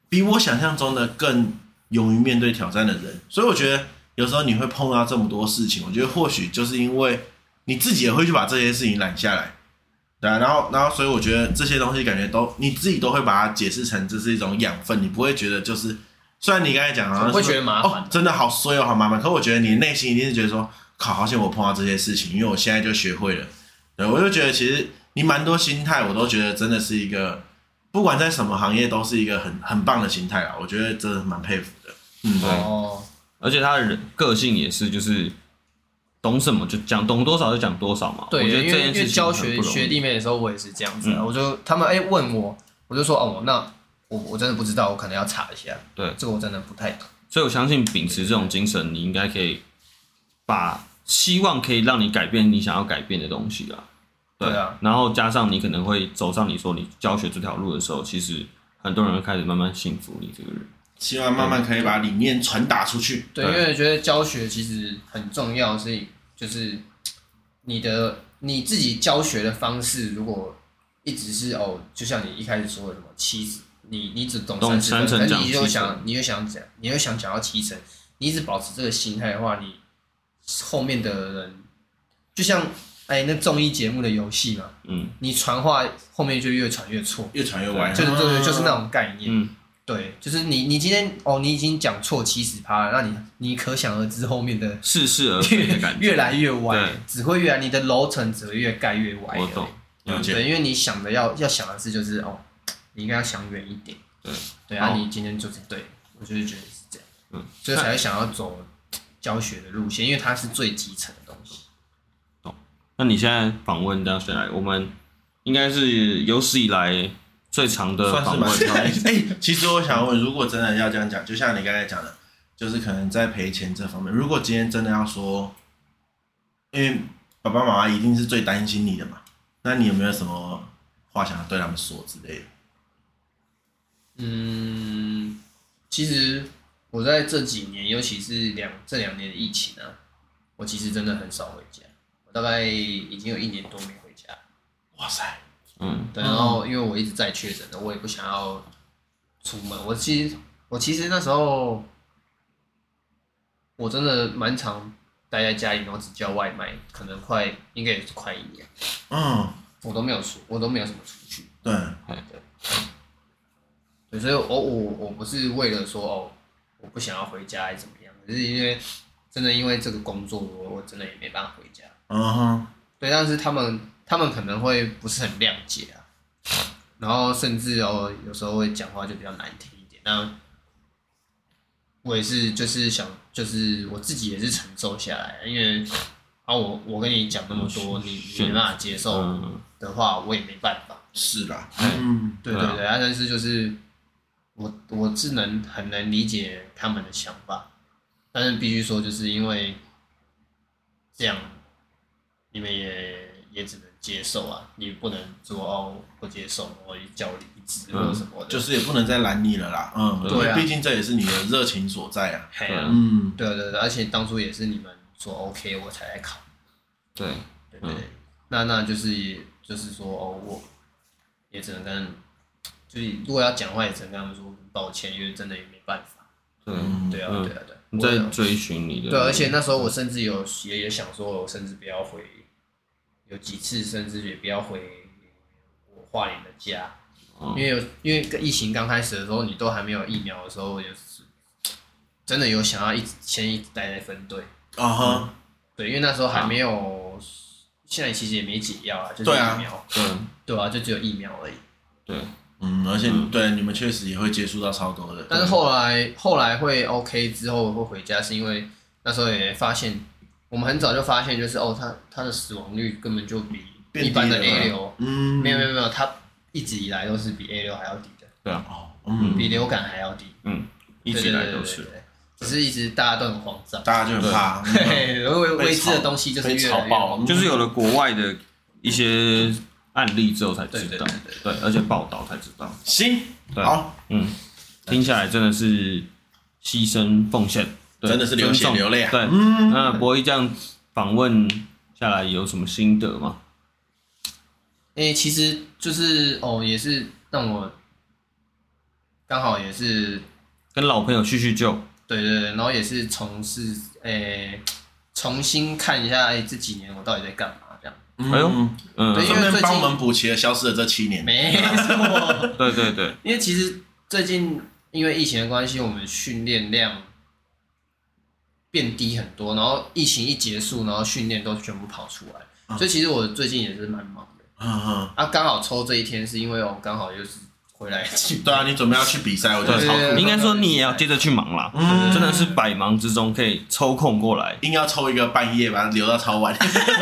比我想象中的更勇于面对挑战的人，所以我觉得有时候你会碰到这么多事情，我觉得或许就是因为你自己也会去把这些事情揽下来，对啊，然后然后所以我觉得这些东西感觉都你自己都会把它解释成这是一种养分，你不会觉得就是。虽然你刚才讲好像
我会
是说
觉得麻烦
哦，真的好衰哦，好麻烦。可我觉得你内心一定是觉得说，靠，好险我碰到这些事情，因为我现在就学会了。对，我就觉得其实你蛮多心态，我都觉得真的是一个，不管在什么行业，都是一个很很棒的心态啊！我觉得真的蛮佩服的。嗯，对，
哦，
而且他的人个性也是，就是懂什么就讲，懂多少就讲多少嘛。
对，
我觉得
因
这
为
件
因
事
为
情
教
很
学
不容易
学弟妹的时候，我也是这样子、啊，
嗯
我就他们哎、问我，我就说哦，那我我真的不知道，我可能要查一下，
对
这个我真的不太懂。
所以我相信秉持这种精神，你应该可以把希望可以让你改变你想要改变的东西啊。
对啊，
然后加上你可能会走上你说你教学这条路的时候，其实很多人会开始慢慢信服你这个人。
希望慢慢可以把理念传达出去。
对，因为觉得教学其实很重要，所以就是你的你自己教学的方式，如果一直是哦，就像你一开始说的什么七十，你你只懂
懂
三
三
十
成
分，可
讲
你就
七
想
成
你就想讲，你就想讲到七成，你一直保持这个心态的话，你后面的人就像哎那综艺节目的游戏嘛，
嗯
你传话后面就越传越错，
越传越歪，
就是就是就是那种概念。
嗯，
对，就是你，你今天哦，你已经讲错七十趴了，那你你可想而知后面的
似是而非的
越
感觉。
越来越歪
对，
只会越来你的楼层只会越盖越 歪。
我懂。，
了解。
对，因为你想的要要想的是就是哦，你应该要想远一点。
对
对啊，
好
你今天就是对，我就是觉得是这样，
嗯，
所以才会想要走教学的路线，因为它是最基层的东西。
那你现在访问到现在，我们应该是有史以来最长的
算是
访
蛮
问。
哎、其实我想问，如果真的要这样讲，就像你刚才讲的，就是可能在赔钱这方面，如果今天真的要说，因为爸爸妈妈一定是最担心你的嘛，那你有没有什么话想要对他们说之类的？
嗯，其实我在这几年，尤其是两这两年的疫情啊，我其实真的很少回家，我大概已经有一年多没回家。
哇塞，
嗯，
对，然啊后因为我一直在确诊的，我也不想要出门。我其实我其实那时候我真的蛮常待在家里，然后只叫外卖，可能快应该也是快一年，
嗯，
我都没有出，我都没有什么出去。
对，
对，所以我我我不是为了说哦，我不想要回家还是怎么样，只是因为真的因为这个工作，我我真的也没办法回家。
嗯哼。
对，但是他们他们可能会不是很谅解啊，然后甚至哦有时候会讲话就比较难听一点。那我也是就是想就是我自己也是承受下来，因为啊我我跟你讲那么多，你你没办法接受
嗯，
的话，我也没办法。
是啦，
哎
嗯，
对
对
对
啊
对，啊，但是就是我我是能很能理解他们的想法，但是必须说，就是因为这样，你们也也只能接受啊，你不能说哦不接受，我叫我离职或者什么的，
就是也不能再拦你了啦，嗯，因
对
为
啊
毕竟这也是你的热情所在啊，
嘿
对
啊
啊
嗯，
对对对，而且当初也是你们说 OK 我才来考，
对，
对不对？
嗯
那那就是也就是说哦，我也只能跟，就是如果要讲话也只能跟他们说抱歉，因为真的也没办法。
对，
嗯
对啊，
嗯
对啊，对啊。
你
我
在
有
追寻你的。
对，而且那时候我甚至有也也想说，我甚至不要回，有几次甚至也不要回花莲的家，
哦
嗯
因为有因为疫情刚开始的时候，你都还没有疫苗的时候，我就是真的有想要一直先一直待在分队，
啊哈，
对，因为那时候还没有，现在其实也没解药啊，就是
对啊
疫苗，
对
对啊，就只有疫苗而已。
对，
嗯，而且
嗯
对你们确实也会接触到超多的，
但是后来后来会 OK 之后会回家，是因为那时候也发现，我们很早就发现，就是哦，他他的死亡率根本就比
变低
一般的
了
A 流，
嗯，
没有没有没有，他一直以来都是比 A 流还要低的，
哦，嗯，
比流感还要低，
嗯，啊一直以来都
对，
是
对对对对只是一直大家都很慌张，
大家就很怕，嗯
对，未
被
未知的
炒
东西就是
被
越
炒
来越
爆
慌
嗯
张，
就是有了国外的一些案例之后才
对
知
对
道
对，
对，而且报道才知道，
行，
对，
好，
嗯，听起来真的是牺牲奉献，对
真的是流
尊
血
重
流泪啊
对，那博弈这样访问下来有什么心得吗？
诶、其实就是哦，也是让我刚好也是
跟老朋友叙叙旧，
对对对，然后也是从事诶、重新看一下诶、这几年我到底在干嘛这样。
嗯
哎呦
嗯
嗯，
对因为
顺便
最近
帮我们补齐了消失的这七年，
没错，
对对对，
因为其实最近因为疫情的关系，我们训练量变低很多，然后疫情一结束，然后训练都全部跑出来，所以其实我最近也是蛮忙的。
嗯嗯，
啊，刚好抽这一天是因为我刚好又是回来去，
对啊，你准备要去比赛，我觉得
对
超
对
酷
对
你
的，
应该说你也要接着去忙啦，
嗯
真的是百忙之中可以抽空过来，
硬要抽一个半夜把它留到超 晚，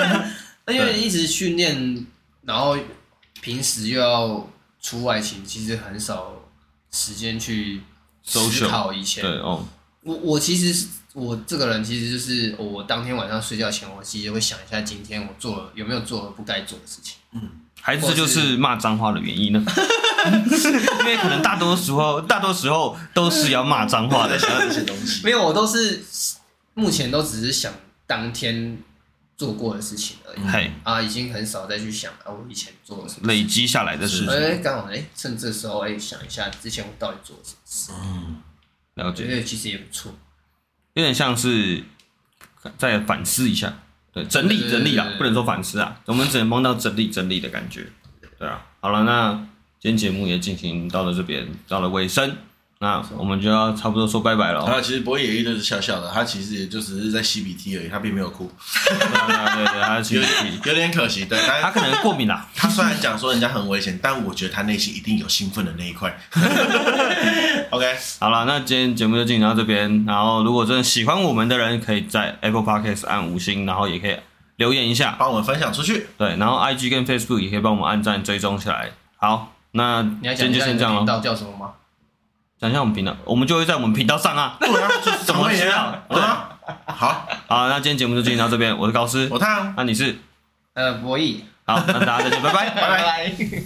那因为一直训练，然后平时又要出外勤，其实很少时间去思
Social，
考以前。
对哦，
我我其实是我这个人，其实就是我当天晚上睡觉前，我其实会想一下今天我做了有没有做了不该做的事情。
还是这就是骂脏话的原因 呢？因为可能大多时候，大多时候都是要骂脏话
我在
的，
想 到这些东西，
没有，我都是目前都只是想当天做过的事情而已、
嘿，
啊，已经很少再去想啊我以前做了什么。
累积下来的事
哎、
情，
刚好哎、趁这时候哎、想一下之前我到底做了什么事，
嗯，
了
我觉
解，
得其实也不错。
有点像是再反思一下，对，整理
对
整理啦
对，对
不能说反思啊，我们只能帮到整理整理的感觉，对啊。好了，那今天节目也进行到了这边，到了尾声，那我们就要差不多说拜拜
嗯
了哦。
他其实博野一直是笑笑的，他其实也就只是在吸鼻涕而已，他并没有哭，
对对对，他
有
情绪，
有点可惜，对，但
他可能过敏啊啦。
他虽然讲说人家很危险，但我觉得他内心一定有兴奋的那一 块。OK，
好了，那今天节目就进行到这边。然后，如果真的喜欢我们的人，可以在 Apple Podcast 按五星，然后也可以留言一下。
帮我们分享出 去。
对，然后 IG 跟 Facebook 也可以帮我们按赞追踪起来。好，那
你要
今
讲
天
一
就
下
先啊这
你的
样咯。
频道叫什么吗？
讲一下我们频道，我们就会在我们频道上啊。
对啊，怎么也
知
要
道
对啊。好，
好，那今天节目就进行到这边。我是高斯，
我烫。
那你是
呃，博弈，
好，那大家再见，拜拜。
拜
拜拜